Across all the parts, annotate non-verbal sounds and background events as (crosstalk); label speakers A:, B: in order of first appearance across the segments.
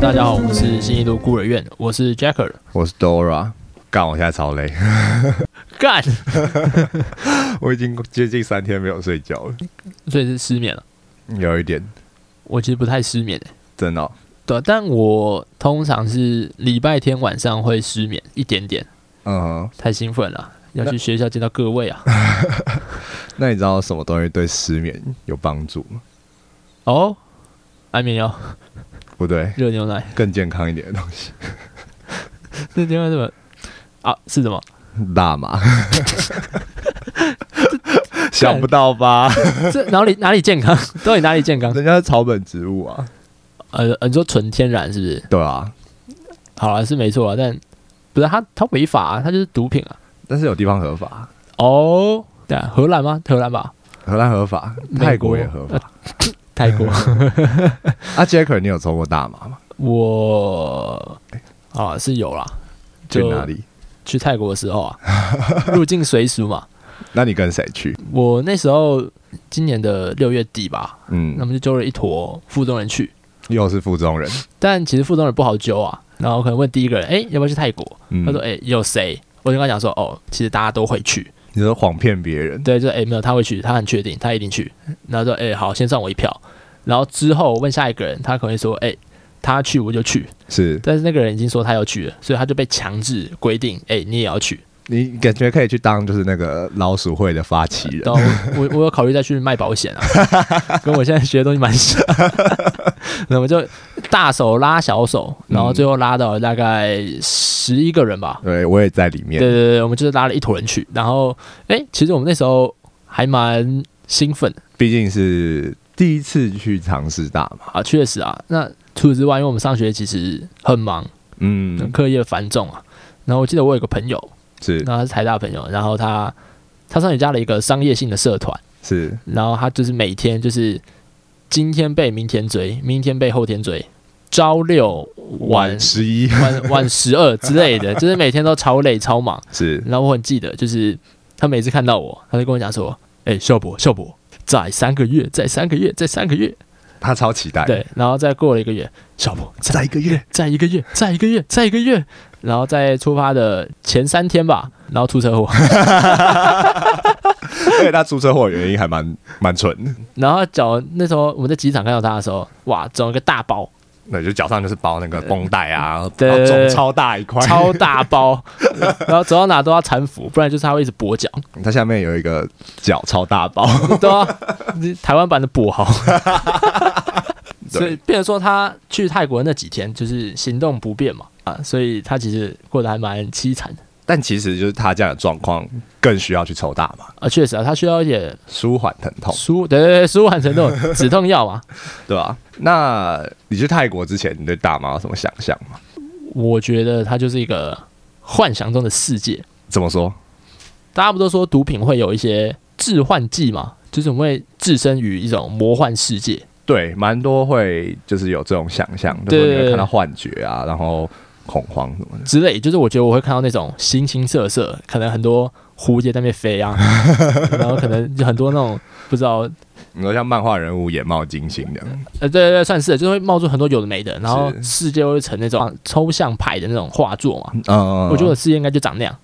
A: 大家好，我们是新一路孤儿院，我是 Jacker。
B: 我是 Dora，干，我现在超累， (laughs)
A: 干， (laughs)
B: 我已经接近三天没有睡觉了，
A: 所以是失眠了。
B: 有一点
A: 我其实不太失眠的、
B: 真的哦、
A: 对，啊但我通常是礼拜天晚上会失眠一点点，
B: 嗯
A: 太兴奋了，要去学校见到各位
B: (laughs)
A: 啊。
B: 哼，那你知道什么东西对失眠有帮助吗？
A: 哦，安眠药、
B: 不对，
A: 热牛奶， (laughs)
B: 更健康一点的东西，
A: 热牛奶什么？啊，是
B: (laughs)
A: 什么？
B: 大麻。想不到吧？
A: 这哪里哪里健康？ (laughs) 到底哪里健康？
B: 人家是草本植物啊，
A: 呃，呃你说纯天然是不是？
B: 对啊，
A: 好了，是没错啊，但不是它它违法啊，它就是毒品啊。
B: 但是有地方合法，
A: 哦，对啊，荷兰吗？荷兰吧，
B: 荷兰合法，
A: 美国呃
B: 泰国也合法。
A: (coughs) 泰
B: (laughs)
A: 国。
B: 啊，Jacker，你有抽过大麻吗？
A: 我啊是有啦，
B: 去
A: 就
B: 哪里？
A: 去泰国的时候啊， (laughs) 入境随俗嘛。
B: 那你跟谁去？
A: 我那时候今年的六月底吧，那
B: 嗯，
A: 么就揪了一坨附中人去，
B: 又是附中人。
A: 但其实附中人不好揪啊。然后可能问第一个人，哎、要不要去泰国？
B: 嗯
A: 他说，哎、有谁？我就跟他讲说，哦，其实大家都会去。
B: 你说谎骗别人，
A: 对，就哎、没有，他会去，他很确定，他一定去。然后说，哎、好，先算我一票。然后之后问下一个人，他可能会说，哎、他去我就去。
B: 是
A: 但是那个人已经说他要去了，所以他就被强制规定，哎、你也要去。
B: 你感觉可以去当就是那个老鼠会的发起人
A: 然，后我我我有考虑再去卖保险啊， (laughs) 跟我现在学的东西蛮像。那我就大手拉小手，然后最后拉到了大概十一个人吧。
B: 对我也在里
A: 对对
B: 面。
A: 对，我们就是拉了一坨人去。然后，哎，其实我们那时候还蛮兴奋的
B: 毕竟是第一次去尝试大嘛，
A: 啊，确实啊。那除此之外，因为我们上学其实很忙，
B: 嗯，
A: 课业繁重啊。然后我记得我有个朋友，
B: 是
A: 然后他是台大朋友，然后他他上去加了一个商业性的社团。
B: 是，
A: 然后他就是每天就是今天被明天追，明天被后天追，朝六晚
B: 十一
A: 晚 (laughs) 晚十二之类的，就是每天都超累超忙。
B: 是
A: 然后我很记得，就是他每次看到我，他就跟我讲说：“哎、笑博，笑博，再三个月，再三个月，再三个月。
B: 他超期”待，，
A: 对，然后再过了一个月，笑博再
B: 再一个月， (laughs)
A: 再一个月，再一个月，再一个月，然后在出发的前三天吧，然后出车祸，
B: 而且他出车祸的原因还蛮蛮蠢的，
A: 然后脚那时候我们在机场看到他的时候，哇，肿了个大包，
B: 那就脚上就是包那个绷带啊，
A: 对
B: 然后
A: 对对
B: 肿超大一块，
A: 超
B: (laughs)
A: 大包，然后走到哪都要搀扶，不然就是他会一直跛脚，
B: 他下面有一个脚超
A: (laughs)
B: 大包，
A: 对啊，台湾版的跛豪。
B: 对
A: 所以，变成说他去泰国那几天就是行动不便嘛，啊，所以他其实过得还蛮凄惨的
B: 但其实就是他这样的状况更需要去抽大麻，
A: 啊。确实啊，他需要一点
B: 舒缓疼痛，
A: 舒，对对对，舒缓程度止痛药嘛。
B: 对吧、那你去泰国之前，你对大麻有什么想象吗？
A: 我觉得他就是一个幻想中的世界。
B: 怎么说？
A: 大家不都说毒品会有一些致幻剂嘛，就是我们会置身于一种魔幻世界。
B: 对，蛮多会就是有这种想象，就
A: 对
B: 是你会看到幻觉啊，然后恐慌什么的。
A: 之类，就是我觉得我会看到那种形形色色，可能很多蝴蝶在那边飞
B: (laughs)
A: 啊，然后可能就很多那种不知道，
B: 你说像漫画人物眼冒金星这样，
A: 呃，对对对，算是，就会冒出很多有的没的，然后
B: 是
A: 世界会成那种抽象派的那种画作嘛。
B: 嗯，
A: 我觉得我世界应该就长那样，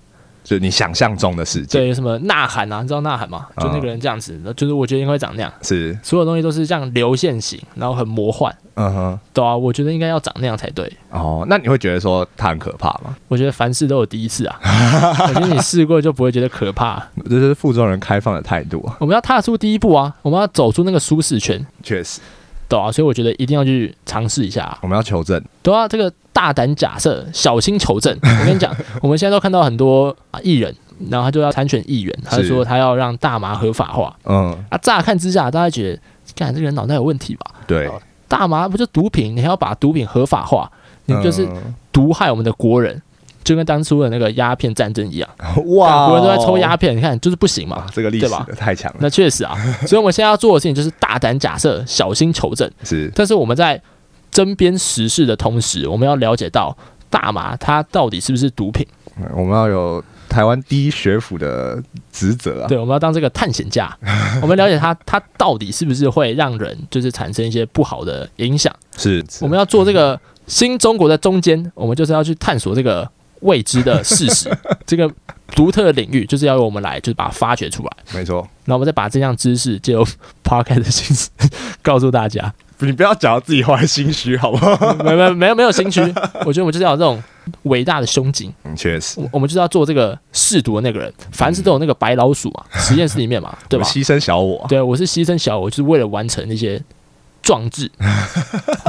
B: 就你想象中的世界
A: 对，有什么呐喊啊，你知道呐喊吗？
B: 嗯
A: 就那个人这样子，就是我觉得应该会长那样，
B: 是，
A: 所有东西都是这样流线型，然后很魔幻，
B: 嗯哼，
A: 对啊，我觉得应该要长那样才对。
B: 哦，那你会觉得说它很可怕吗？
A: 我觉得凡事都有第一次啊， (laughs) 我觉得你试过就不会觉得可怕。
B: 这是附中人开放的态度啊，
A: 我们要踏出第一步啊，我们要走出那个舒适圈，
B: 确实，
A: 对啊，所以我觉得一定要去尝试一下、啊。
B: 我们要求证，
A: 对啊，这个大胆假设，小心求证。我跟你讲， (laughs) 我们现在都看到很多啊艺人，然后他就要参选议员，他就是说他要让大麻合法化
B: 嗯，
A: 啊。乍看之下，大家觉得，干这个人脑袋有问题吧？
B: 对，
A: 好大麻不就毒品，你还要把毒品合法化，你不就是 (laughs)
B: 嗯
A: 毒害我们的国人，就跟当初的那个鸦片战争一样，
B: 哇，哦
A: 国人都在抽鸦片，你看就是不行嘛
B: 啊，。这个历史
A: 对吧
B: 的太强了，
A: 那确实
B: (laughs)
A: 啊，所以我们现在要做的事情就是大胆假设，小心求证。
B: 是
A: 但是我们在针砭时事的同时，我们要了解到大麻它到底是不是毒品。
B: 嗯我们要有台湾第一学府的职责啊。
A: 对，我们要当这个探险
B: (laughs)
A: 家，我们了解它，它到底是不是会让人就是产生一些不好的影响？
B: 是，
A: 我们要做这个新中国的中间，我们就是要去探索这个未知的事
B: (laughs)
A: 实，这个独特的领域，就是要由我们来就是把它发掘出来，
B: 没错。
A: 然后我们再把这项知识借由 (laughs) podcast 的形式告诉大家。
B: 你不要讲到自己话心虚，好不好？
A: 没没没有没有心虚，我觉得我们就是要有这种伟大的胸襟，
B: 嗯，确实，
A: 我我们就是要做这个试毒的那个人，凡事都有那个白老鼠
B: (laughs)
A: 嘛，实验室里面嘛，对
B: 我
A: 吧？
B: 牺牲小我啊，
A: 对，我是牺牲小我，就是为了完成那些壮志，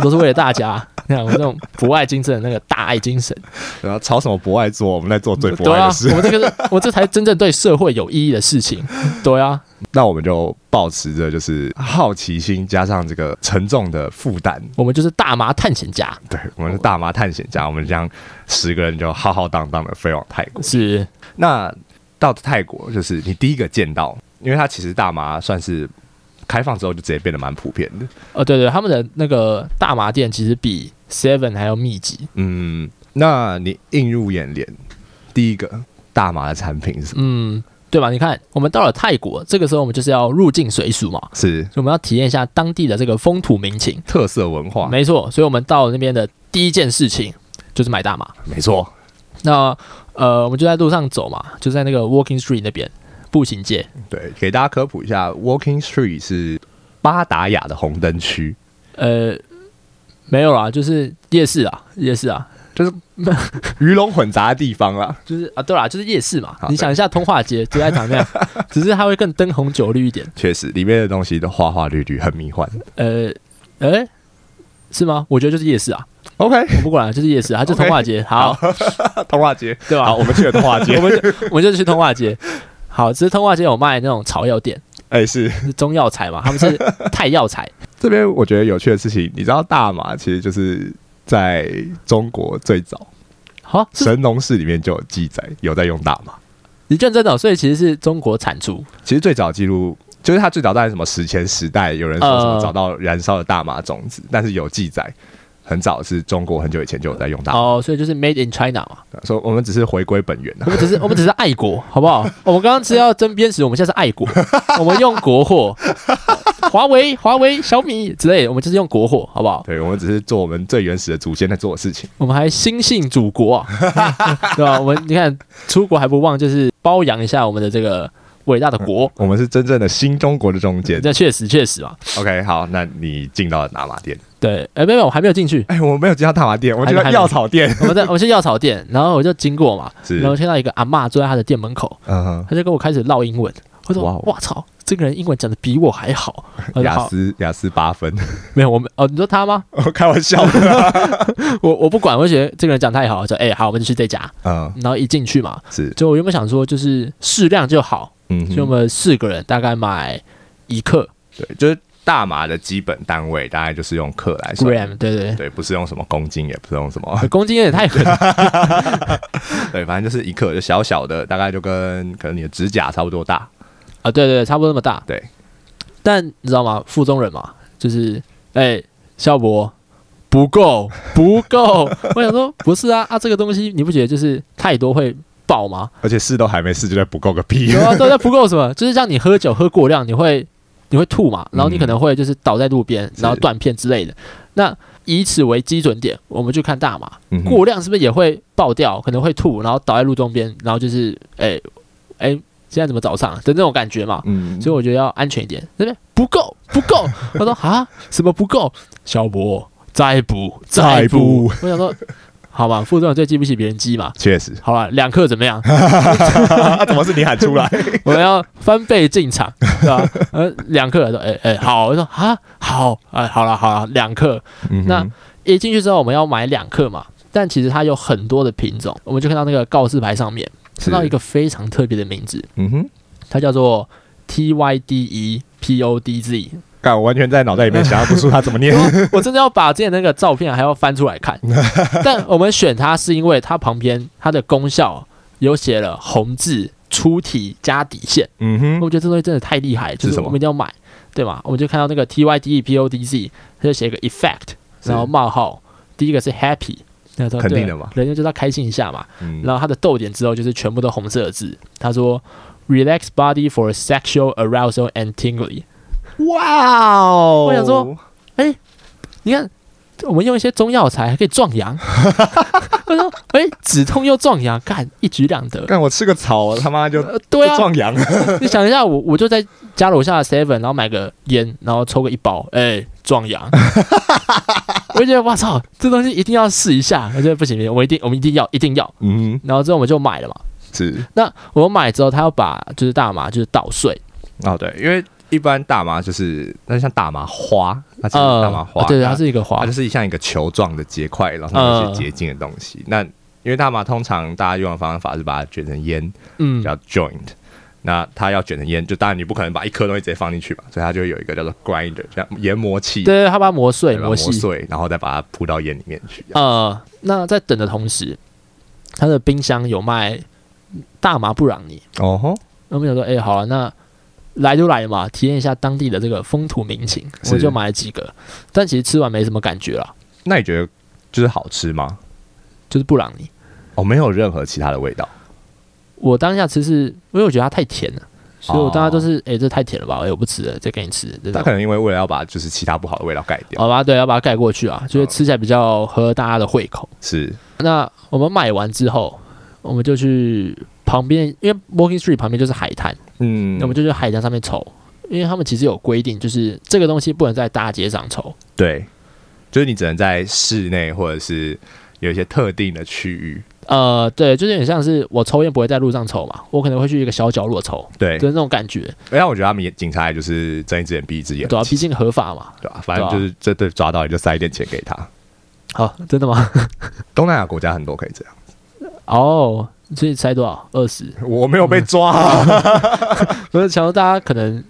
A: 都是为了大家。你看我们这种博爱精神的那个大爱精神，
B: 然后吵什么博爱做，我们在做 (laughs) 最博
A: 对
B: 爱
A: 啊
B: 的，事。
A: 我们这个是，我这才真正对社会有意义的事情。对啊，
B: 那我们就保持着就是好奇心，加上这个沉重的负担，
A: 我们就是大麻探险家，
B: 对，我们是大麻探险家，我们这样十个人就浩浩荡荡的飞往泰国。
A: 是
B: 那到泰国就是你第一个见到，因为它其实大麻算是开放之后就直接变得蛮普遍的，
A: 呃，对对，他们的那个大麻店其实比 Seven 还要密集。
B: 嗯，那你映入眼帘第一个大麻的产品是什么？
A: 嗯，对吧？你看，我们到了泰国，这个时候我们就是要入境随俗嘛，
B: 是
A: 所以我们要体验一下当地的这个风土民情。
B: 特色文化，
A: 没错，所以我们到了那边的第一件事情就是买大麻。
B: 没错，
A: 那呃，我们就在路上走嘛，就在那个 Walking Street 那边步行街。
B: 对，给大家科普一下，Walking Street 是巴达雅的红灯区， (laughs)
A: 呃，没有啦，就是夜市啊，夜市啊，
B: 鱼龙混杂的地方啦。
A: 就是啊，对啦，就是夜市嘛
B: 好。
A: 你想一下，通化街就在场那样， (laughs) 只是它会更灯红酒绿一点。
B: 确实，里面的东西都花花绿绿，很迷幻。
A: 呃，诶、是吗？我觉得就是夜市啊，
B: OK，
A: 我不管了，就是夜
B: (laughs)
A: 市啊，它就通化街。好，
B: 通化街，
A: 对吧
B: 好，我们去了通化街。
A: (laughs) 我们就我们就去通化街。好，只是通化街有卖那种草药店，
B: (laughs) 哎，是
A: 是中药材嘛，他们
B: (laughs)
A: 是泰药材。
B: 这边我觉得有趣的事情，你知道大麻其实就是在中国最早
A: 好，是
B: 神农氏里面就有记载有在用大麻。
A: 你认真的哦，所以其实是中国产出。
B: 其实最早记录就是它最早在什么史前时代，有人说什么
A: 呃
B: 找到燃烧的大麻种子，但是有记载。很早是中国很久以前就有在用大麻，
A: 哦，所以就是 Made in China 嘛。
B: 说我们只是回归本源啊 (laughs)
A: 我们只是我们只是爱国，好不好？我们刚刚只要争边时，我们现在是爱国，我们用国货，华为、华为、小米之类的，我们就是用国货，好不好？
B: 对，我们只是做我们最原始的祖先在做的事情。
A: 我们还心信祖国啊， (laughs) 对吧？我们你看出国还不忘就是包养一下我们的这个伟大的国，
B: 我们是真正的新中国的中间。
A: 这确实确实啊。
B: OK，好，那你进到了大麻店？
A: 对，哎，没有，我还没有进去。
B: 哎、我没有进到大麻店，我进
A: 还
B: 到
A: 没
B: 药草店。
A: 我们在我们 (laughs) 去药草店，然后我就经过嘛，
B: (laughs) 是
A: 然后听到一个阿嬷坐在她的店门口，
B: 嗯哼，
A: 她就跟我开始唠英文。我
B: 哇
A: 说
B: 哦：“
A: 哇操，这个人英文讲的比我还
B: (laughs)
A: 好。”我说
B: 雅
A: 呃好
B: 思雅思八分，
A: 没有我们哦，你说他吗？
B: (laughs) 我开玩笑 (laughs) 的。
A: 我我不管，我就觉得这个人讲太好，我说哎、好，我们就去这家。
B: 嗯，
A: 然后一进去嘛，
B: 是，
A: 就我原本想说就是适量就好，
B: 嗯
A: 所以我
B: 哼，
A: 们四个人大概买一克
B: 对，就是大麻的基本单位大概就是用克来算。
A: gram，对对
B: 对，不是用什么公斤，也不是用什么， (laughs)
A: 对，公斤有点太狠了，
B: 对，反正就是一克，就小小的，大概就跟可能你的指甲差不多大。
A: 啊，对对对，差不多那么大。
B: 对，
A: 但你知道吗？腹中人嘛，就是哎，笑、博。不够，不够！我想说，不是啊啊，这个东西你不觉得就是太多会爆吗？
B: (laughs) 而且试都还没试，就在不够个屁
A: 有啊，对，那不够什么？就是像你喝酒喝过量，你会你会吐嘛，
B: 嗯
A: 然后你可能会就是倒在路边，然后断片之类的。那以此为基准点，我们去看大麻
B: (laughs) 嗯哼
A: 过量是不是也会爆掉？可能会吐，然后倒在路中边，然后就是哎哎、现在怎么早上的那种感觉嘛。
B: 嗯，
A: 所以我觉得要安全一点，对不对？不够，不
B: (laughs)
A: 够。我说啊，什么不够？小博再补
B: 再补。
A: 我想说，好吧，副队长最记不起别人鸡嘛。，
B: 确实
A: 好了，两克怎么样？ (laughs)
B: 啊， (laughs) 怎么是你喊出来？
A: 我要翻倍进场，对吧、呃，两克说，哎、哎、好，我说啊，好，哎、好了好了，两克。
B: 嗯哼
A: 那一进去之后，我们要买两克嘛，但其实它有很多的品种，我们就看到那个告示牌上面看到一，个非常特别的名字，
B: 是嗯哼，
A: 它叫做 T Y D E P O D Z。
B: 干，我完全在脑袋里 (laughs) 面想象不出它怎么念。
A: 我真的要把之前那个照片还要翻出来
B: (laughs)
A: 看，但我们选它是因为它旁边它的功效有写了红字、粗体加底线。
B: 嗯哼，
A: 我觉得这东西真的太厉害，就是
B: 什
A: 我
B: 么
A: 们一定要买，对吗？我们就看到那个 T Y D E P O D Z，它就写一个 effect，
B: 是
A: 然后冒号，第一个是 happy，那他说
B: 肯定
A: 对
B: 的嘛
A: 人家就是要开心一下嘛。
B: 嗯，
A: 然后他的逗点之后就是全部都红色的字，他说 relax body for sexual arousal and tingly。
B: 哇哦
A: 我想说，你看，我们用一些中药材还可以壮阳。 (laughs) 他说，哎、止痛又壮阳，干一举两
B: (laughs)
A: 得。
B: 干我吃个草，我他妈就
A: 呃对
B: 就
A: 啊，
B: 壮阳，
A: 你想一下，我我就在家楼下的 Seven，然后买个烟，然后抽个一包，哎、壮阳。 (laughs) 我就觉得哇操，这东西一定要试一下。我觉得不行不行，我一定我们一定要一定要。
B: (laughs) 嗯，
A: 然后之后我们就买了嘛。
B: 是
A: 那我买之后，他要把就是大麻就是捣碎，
B: 哦，对，因为一般大麻就是，那像大麻花，它其实是
A: 呃，
B: 大麻花，
A: 啊对，
B: 它
A: 它是一个花
B: 它就，是像一个球状的结块，然后上面有一些结晶的东西。那因为大麻通常大家用的方法是把它卷成烟，
A: 嗯，
B: 叫 joint。那它要卷成烟，就当然你不可能把一颗东西直接放进去嘛，所以它就会有一个叫做 grinder，这样研磨器，
A: 对，它把它磨碎
B: 把它
A: 磨
B: 磨
A: 细，
B: 碎，然后再把它铺到烟里面去。
A: 呃，那在等的同时，他的冰箱有卖大麻布朗尼，
B: 哦吼，
A: 那我们想说，哎、好了，那来都来了嘛，体验一下当地的这个风土民情，我
B: 是
A: 就买了几个，但其实吃完没什么感觉啦，
B: 那你觉得就是好吃吗？
A: 就是布朗尼，
B: 哦，没有任何其他的味道。
A: 我当下吃是因为我觉得它太甜了。所以我当下都
B: 哦
A: 是，哎、这太甜了吧？哎、我不吃了，再给你吃。这
B: 他
A: 种
B: 可能因为为了要把就是其他不好的味道盖掉，
A: 好吧，对，要把它盖过去啊，就是
B: 嗯
A: 吃起来比较合大家的胃口。
B: 是
A: 那我们买完之后，我们就去旁边，因为 Walking Street 旁边就是海滩，
B: 嗯
A: 那我们就去海滩上面抽，因为他们其实有规定，就是这个东西不能在大街上抽。
B: 对，就是你只能在室内或者是有一些特定的区域，
A: 呃，对，就是有点像是我抽烟不会在路上抽嘛，我可能会去一个小角落抽，
B: 对
A: 就是那种感觉，
B: 然后我觉得他们也警察也就是睁一只眼闭一只眼，
A: 对啊，毕竟合法嘛。
B: 对吧、反正
A: 啊
B: 就是这对抓到你就塞一点钱给他。
A: 好、真的吗？
B: 东南亚国家很多可以这样，
A: (laughs) 哦，所以猜多少？二十？
B: (laughs) 我没有被抓、啊 (laughs)
A: 不是，想说大家可能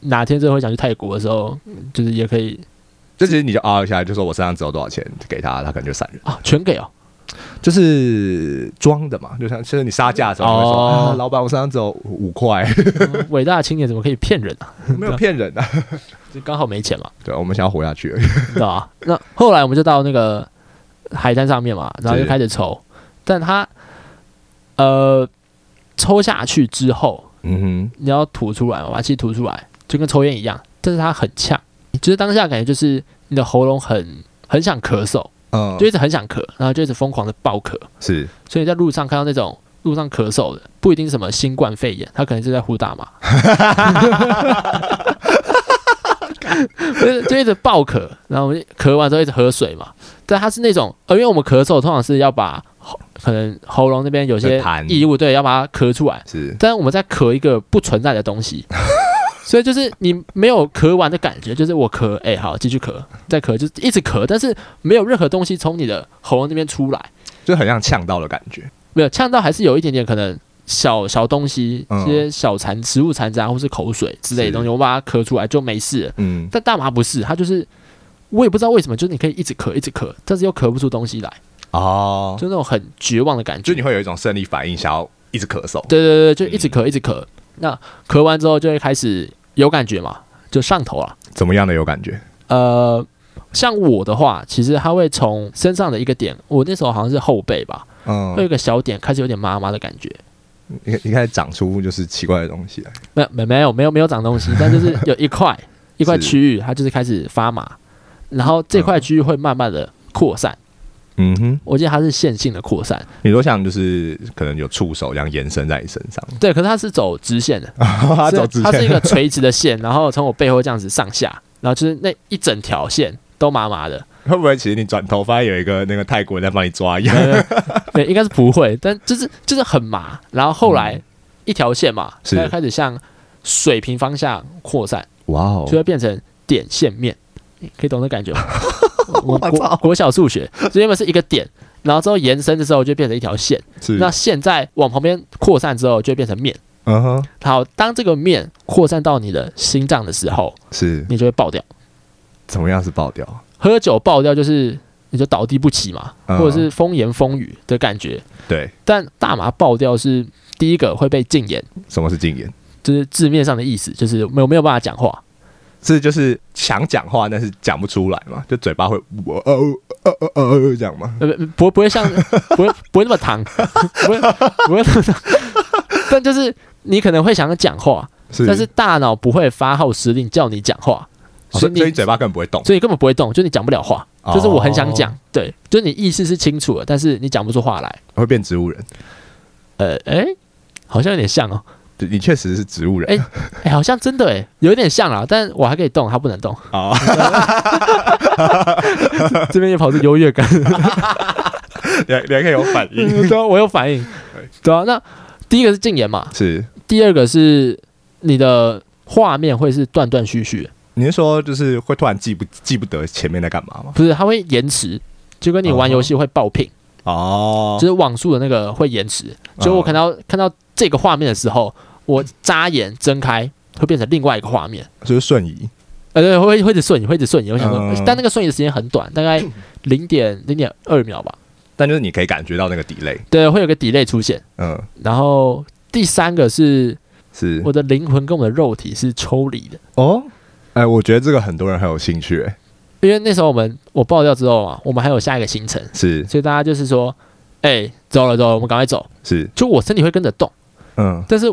A: 哪天真的会想去泰国的时候，就是也可以
B: 就其实你就嗷一下，就说我身上只有多少钱给他，他可能就闪人，
A: 啊，全给 (laughs) 哦。
B: 就是装的嘛，就像就是你杀价的时候你会说、
A: 哦
B: 啊，老板我身上只有五块，
A: 嗯伟大的青年怎么可以骗人啊？
B: (laughs) 没有骗人的、啊，
A: 就刚好没钱嘛。
B: 对，我们想要活下去而已，
A: 对啊，那后来我们就到那个海滩上面嘛，然后就开始抽，但它呃抽下去之后，
B: 嗯
A: 你要吐出来嘛，把气吐出来，就跟抽烟一样，但是它很呛，就是当下感觉就是你的喉咙很很想咳嗽，
B: 哼，嗯
A: 就一直很想咳，然后就一直疯狂的爆咳，
B: 是。
A: 所以你在路上看到那种。路上咳嗽的不一定是什么新冠肺炎，他可能是在呼大麻，就是就一直爆咳，然后我们咳完之后一直喝水嘛。但他是那种，呃，因为我们咳嗽通常是要把喉可能喉咙那边有
B: 的
A: 些
B: 痰
A: 异物，对，要把它咳出来。
B: 是
A: 但是我们在咳一个不存在的东西，所以就是你没有咳完的感觉，就是我咳，哎、好，继续咳，再咳，就是一直咳，但是没有任何东西从你的喉咙那边出来。
B: 就很像呛到的感觉。
A: 没有呛到，还是有一点点可能小小东西，
B: 嗯
A: 一些小残食物残渣或是口水之类的东西，我把它咳出来就没事了。
B: 嗯，
A: 但大麻不是，它就是我也不知道为什么，就是你可以一直咳一直咳，但是又咳不出东西来，
B: 哦，
A: 就
B: 就
A: 那种很绝望的感觉
B: 就。你嗯会有一种生理反应，想要一直咳嗽。
A: 对对对，就一直咳一直咳。那咳完之后就会开始有感觉嘛，就上头了。
B: 怎么样的有感觉？
A: 呃，像我的话，其实它会从身上的一个点，我那时候好像是后背吧，会有
B: 嗯
A: 一，个小点开始有点麻麻的感觉。
B: 你你开始长出就是奇怪的东西啊
A: 没
B: 来。
A: 有没没有没有没有长东西，但
B: (laughs)
A: 就是有一块一块
B: 是
A: 区域，它就是开始发麻，然后这块区域会慢慢的扩散。
B: 嗯哼，
A: 我记得它是线性的扩散，
B: 你说像就是可能有触手这样延伸在你身上，
A: 对，可是它是走直线的，
B: 哦它走
A: 是
B: 之
A: 它是一
B: 前，
A: 个垂直的线，然后从我背后这样子上下，然后就是那一整条线都麻麻
B: (laughs)
A: 的，
B: 会不会其实你转头发现有一个那个泰国人在帮你抓一样？
A: 对，对应该是不会，但就是就是很麻，然后后来一条线嘛，
B: 嗯是
A: 它就开始向水平方向扩散，
B: 哇
A: 就
B: 哦，
A: 会变成点线面，可以懂这感
B: (laughs)
A: 觉吗？我
B: 我
A: 国
B: 操
A: 国小数学，所以原本是一个点，然后之后延伸的时候就变成一条线，
B: 是
A: 那现在往旁边扩散之后就会变成面。
B: 嗯哼，
A: 好，当这个面扩散到你的心脏的时候，
B: 是
A: 你就会爆掉。
B: 怎么样是爆掉？
A: 喝酒爆掉就是你就倒地不起嘛，
B: 嗯
A: 或者是风言风语的感觉。
B: 对，
A: 但大麻爆掉是第一个会被禁言，
B: 什么是禁言？
A: 就是字面上的意思，就是没有没有办法讲话。
B: 是就是想讲话，但是讲不出来嘛，就嘴巴会我哦哦哦哦哦这样嘛。
A: 呃，不不不会像不会不会那么糖， (laughs) 不会不会那么糖，但就是你可能会想讲话，
B: 是，
A: 但是大脑不会发号施令叫你讲话，所
B: 哦所
A: 以
B: 以
A: 你
B: 所以嘴巴根本不会动。
A: 所以你根本不会动，就你讲不了话。
B: 哦
A: 就是我很想讲，对，就是你意思是清楚的，但是你讲不出话来。
B: 会变植物人。
A: 呃，哎、好像有点像哦，
B: 对你确实是植物人
A: 哎哎、好像真的哎、有点像啦，但我还可以动，他不
B: (laughs)
A: 能动，
B: 啊，
A: 这边也跑出优
B: (laughs)
A: 越感。
B: 你还你还可以有反应。
A: (laughs) 对啊，我有反应
B: 对。
A: 对啊，那第一个是禁言嘛，
B: 是，
A: 第二个是你的画面会是断断续续的，
B: 你是说就是会突然记不记不得前面在干嘛吗？
A: 不是它会延迟，就跟你玩
B: 哦
A: 游戏会爆屏，
B: 哦嗯
A: 就，是网速的那个会延迟。所以我看到看到这个画面的时候，我眨眼睁开会变成另外一个画面。
B: 就是瞬移。
A: 呃，对，会会一直瞬移，会一直瞬移。我想说，
B: 嗯
A: 但那个瞬移的时间很短，大概零点零点二秒吧。
B: 但就是你可以感觉到那个 delay，
A: 对，会有个 delay 出现。
B: 嗯，
A: 然后第三个是
B: 是
A: 我的灵魂跟我的肉体是抽离的，
B: 哦，哎、我觉得这个很多人很有兴趣、哎
A: 因为那时候我们我爆掉之后嘛，我们还有下一个行程，
B: 是
A: 所以大家就是说，哎、走了走了，我们赶快走。
B: 是，
A: 就我身体会跟着动，
B: 嗯，
A: 但是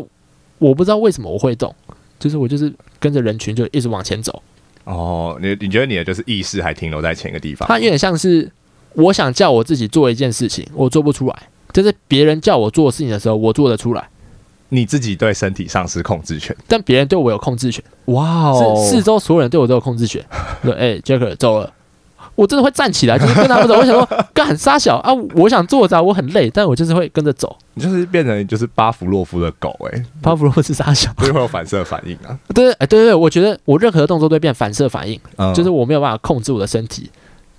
A: 我不知道为什么我会动，就是我就是跟着人群就一直往前走，
B: 哦，你你觉得你的就是意识还停留在前一个地方？
A: 它有点像是我想叫我自己做一件事情，我做不出来。就是别人叫我做事情的时候，我做得出来。
B: 你自己对身体丧失控制权。
A: 但别人对我有控制权，
B: 哇哦
A: 是四周所有人对我都有控制权。 (laughs) 说，哎、j a c k 走了，我真的会站起来，就是跟他们走。我想说，干傻小啊，我想坐着啊、我很累，但我就是会跟着走。
B: 你就是变成就是巴甫洛夫的狗、哎，
A: 巴甫洛是傻小，
B: 所以会有反射反应啊。
A: 对，哎、对对对，我觉得我任何动作都会变反射反应，
B: 嗯
A: 就是我没有办法控制我的身体，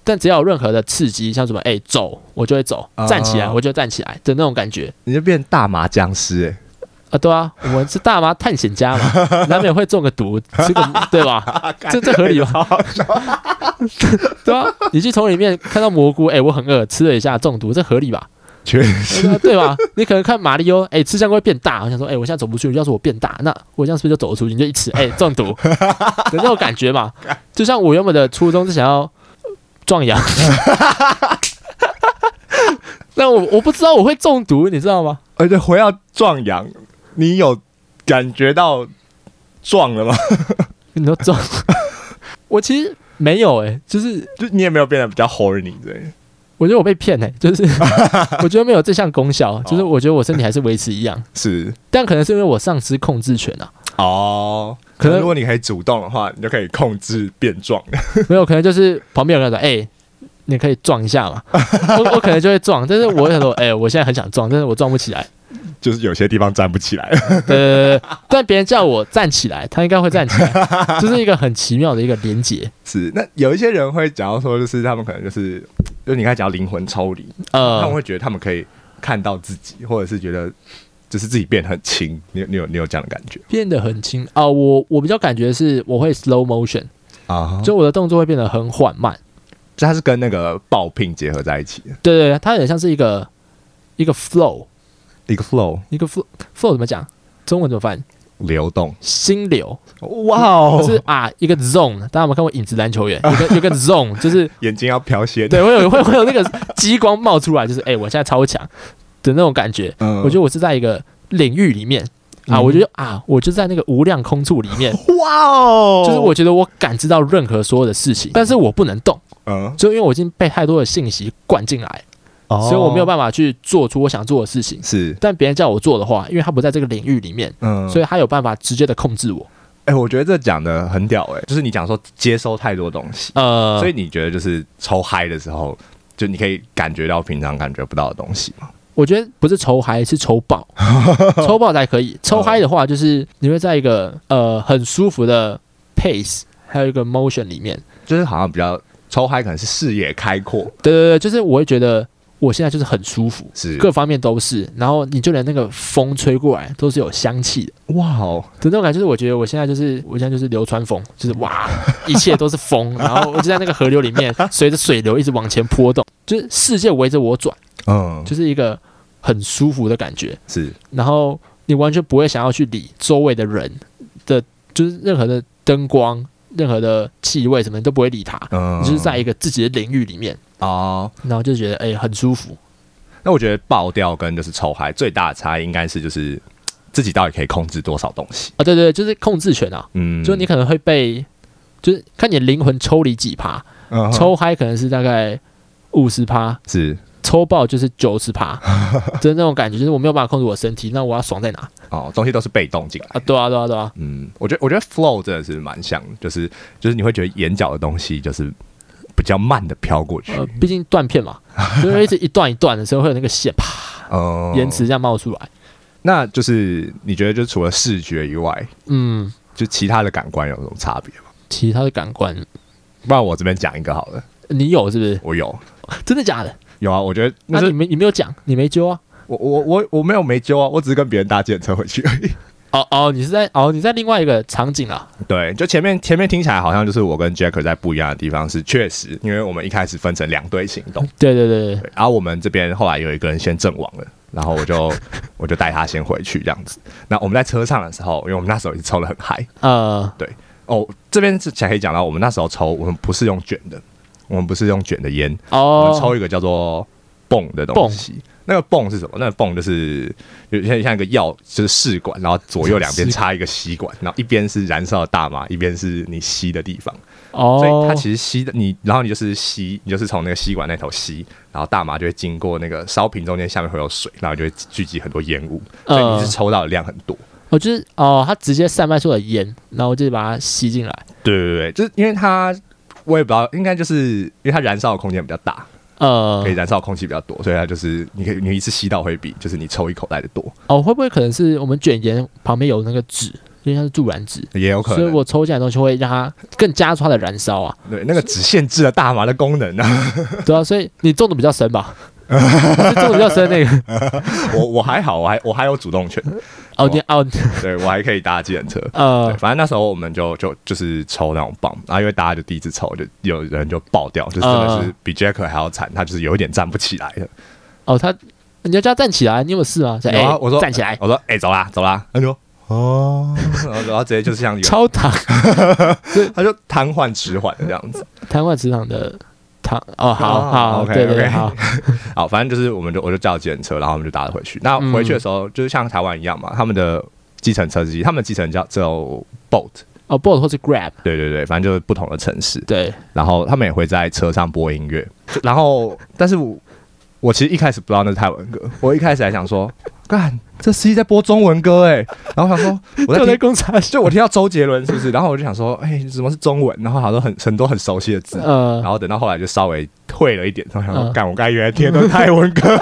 A: 但只要有任何的刺激，像什么，哎、走，我就会走，
B: 啊
A: 站起来，我就站起来的那种感觉。
B: 你就变大麻僵尸、哎，
A: 啊，对啊，我们是大麻探险家嘛，难免会中个毒，这
B: (laughs)
A: 个对吧？这这合理吗？ (laughs) 对啊，你去从里面看到蘑菇，哎、我很饿，吃了一下中毒，这合理吧？
B: 确实
A: 对啊对吧？你可能看马里奥，哎、吃香菇会变大，我想说，哎、我现在走不出去，要是我变大，那我这样是不是就走得出去？你就一吃，哎、中毒的那种感觉嘛。就像我原本的初衷是想要呃壮阳，但我我不知道我会中毒，你知道吗？
B: 而且回到壮阳，你有感觉到壮了吗？ (laughs)
A: 你说中，我其实没有哎、就是
B: 就你也没有变得比较 horny 之类的。
A: 我觉得我被骗哎、就是我觉得没有这项功效，就是我觉得我身体还是维持一样，
B: 是
A: 但可能是因为我丧失控制权啊，
B: 哦，
A: 可
B: 可
A: 能
B: 能如果你可以主动的话，你就可以控制变壮。
A: 没有，可能就是旁边有人说，哎、你可以撞一下嘛， (laughs) 我我可能就会撞，但是我想说，哎、我现在很想撞，但是我撞不起来，
B: 就是有些地方站不起来。
A: 对对对对， (laughs) 但别人叫我站起来，他应该会站起来，就是一个很奇妙的一个连接，
B: (laughs) 是，那有一些人会讲到说，就是他们可能就是，就是你看讲到灵魂抽离，他们
A: 呃，
B: 会觉得他们可以看到自己，或者是觉得就是自己变得很轻。你有你有你有这样的感觉
A: 变得很轻啊、我我比较感觉是我会 slow motion，
B: 啊？就
A: 就我的动作会变得很缓慢。
B: 就它是跟那个爆聘结合在一起的
A: 对对对，它有点像是一个一个 flow，
B: 一个 flow
A: 一个 flow flow 怎么讲？中文怎么翻？
B: 流动。
A: 心流
B: 哇 (laughs) 哦
A: 就是啊，一个 zone。大家有没有看过《影子篮球员》？有个有个 zone，就是
B: 眼睛要瞟斜。
A: 对，会有会会有那个激光冒出来，就是哎、我现在超强的那种感觉。
B: 嗯
A: 我觉得我是在一个领域里面啊，
B: 嗯
A: 我觉得啊，我就在那个无量空处里面，
B: 得哇哦，
A: (laughs) 就是我觉得我感知到任何所有的事情，但是我不能动，
B: 嗯，
A: 就因为我已经被太多的信息灌进来，所以我没有
B: 法
A: 办法去做出我想做的事情。
B: 是
A: 但别人叫我做的话，因为他不在这个领域里面，
B: 嗯，
A: 所
B: 以
A: 以他有办法直接的控制我。
B: 哎、我觉得这讲的很屌哎、就是你讲说接收太多东西，
A: 呃，
B: 所以你觉得就是抽嗨的时候，就你可以感觉到平常感觉不到的东西嘛？
A: 我觉得不是抽嗨，是抽爆，抽爆才可以。抽嗨的话，就是你会在一个呃很舒服的 pace，还有一个 motion 里面。
B: 就是好像比较抽嗨，可能是视野开阔，
A: 对对对，就是我会觉得我现在就是很舒服，
B: 是
A: 各方面都是。然后你就连那个风吹过来都是有香气的。
B: 哇哦，
A: 的那种感觉，就是我觉得我现在就是我现在就是流川枫，就是哇，一切都是风，然后我就在那个河流里面，随着水流一直往前波动，就是世界围着我转，
B: 嗯，
A: 就是一个很舒服的感觉。
B: 是
A: 然后你完全不会想要去理周围的人的，就是任何的灯光、任何的气味什么你都不会理它，
B: 嗯
A: 你就是在一个自己的领域里面，
B: 哦。
A: 然后就觉得哎、很舒服。
B: 那我觉得爆掉跟就是抽嗨最大的差异应该是就是自己到底可以控制多少东西。
A: 啊，对对对，就是控制权啊，
B: 嗯，
A: 就是你可能会被，就是看你灵魂抽离几趴，
B: 嗯
A: 抽嗨可能是大概五十趴，
B: 是
A: 抽爆就是九十
B: (laughs)
A: 趴，就是那种感觉，就是我没有办法控制我身体，那我要爽在哪
B: 哦，东西都是被动进来。
A: 啊？对啊，对啊，对啊，
B: 嗯，我觉得我觉得 flow 真的是蛮像，就是就是你会觉得眼角的东西就是比较慢的飘过去，
A: 呃，毕竟断片
B: (laughs)
A: 嘛，就是一直一段一段的时候会有那个线啪
B: 哦
A: 呃延迟这样冒出来，
B: 那就是你觉得，就除了视觉以外，
A: 嗯，
B: 就其他的感官有什么差别吗？
A: 其他的感官
B: 不然我这边讲一个好了，
A: 你有是不是？
B: 我有
A: (laughs) 真的假的？
B: 有啊，我觉得
A: 那、
B: 那是、
A: 你没你没有讲，你没揪啊？
B: 我我我我没有没揪啊，我只是跟别人搭建车回去而已。
A: 哦哦，你是在哦你在另外一个场景啊？
B: 对，就前面前面听起来好像就是我跟 Jack 在不一样的地方是确实，因为我们一开始分成两队行动，
A: 对对对哦对，
B: 对，然后我们这边后来有一个人先阵亡了，然后我就 (laughs) 我就带他先回去这样子。那我们在车上的时候，因为我们那时候一直抽的很嗨，
A: 呃，
B: 对哦，这边是才可以讲到我们那时候抽，我们不是用卷的，我们不是用卷的烟，我们
A: 哦，
B: 抽一个叫做泵的东西。那个泵是什么？那个泵就是有像像一个药，就是试管，然后左右两边插一个吸管，然后一边是燃烧的大麻，一边是你吸的地方。
A: 哦，
B: 所以它其实吸的你，然后你就是吸，你就是从那个吸管那头吸，然后大麻就会经过那个烧瓶中间，下面会有水，然后就会聚集很多烟雾，所以你是
A: 嗯
B: 抽到的量很多。
A: 我就是哦，它直接散发出了烟，然后我就把它吸进来。
B: 对对对，就是因为它，我也不知道，应该就是因为它燃烧的空间比较大，
A: 呃
B: 可以，燃烧的空气比较多，所以它就是你可以你一次吸到会比就是你抽一口袋的多，
A: 哦，会不会可能是我们卷烟旁边有那个纸，因为它是助燃纸，
B: 也有可
A: 所以
B: 能。
A: 我抽进来的东西会让它更加速它的燃烧啊。
B: 对那个只限制了大麻的功能啊，
A: 对啊，所以你中的比较深 (laughs) 吧？你是中的比较深那个嗯
B: 我我还好，我还我还有主动权，
A: 哦，你哦
B: 对我还可以搭计
A: (laughs)
B: 程车。对，
A: 呃
B: 反正那时候我们就就就是抽那种棒，然后因为大家就第一次抽，就有人就爆掉，就是真的是
A: 嗯
B: 比 Jack 还要惨，他就是有一点站不起来了。
A: 哦，他你要叫他站起来，你有没有事吗？说
B: 有啊
A: 哎
B: 我说
A: 站起来，
B: 我说：“哎、走啦，走啦。”
A: (laughs)
B: 他就说哦，然后然后直接就是像有
A: 超躺
B: 他就瘫痪迟缓的这样子。
A: 瘫痪职场的躺哦，好
B: 哦
A: 好，
B: OK，
A: 对对对
B: OK
A: 好，
B: 好，反正就是我们就我就叫计程车，然后我们就打了回去。
A: 嗯
B: 那回去的时候，就是像台湾一样嘛，他们的计程车司机，他们的计程叫叫 boat，
A: 哦，bolt 或是 grab，
B: 对对对，反正就是不同的城市，
A: 对，
B: 然后他们也会在车上播音乐。就然后，但是我我其实一开始不知道那是泰文歌，我一开始还想说，干，这司机在播中文歌哎、然后我想说我在
A: 就在
B: 听。
A: 工厂，
B: 就我听到周杰伦是不是？然后我就想说，哎、什么是中文？然后好多很很多很熟悉的字，
A: 呃
B: 然，后等到后来就稍微退了一点，然后想说
A: 嗯
B: 干、我刚才原来听的都是泰文 (laughs) 歌，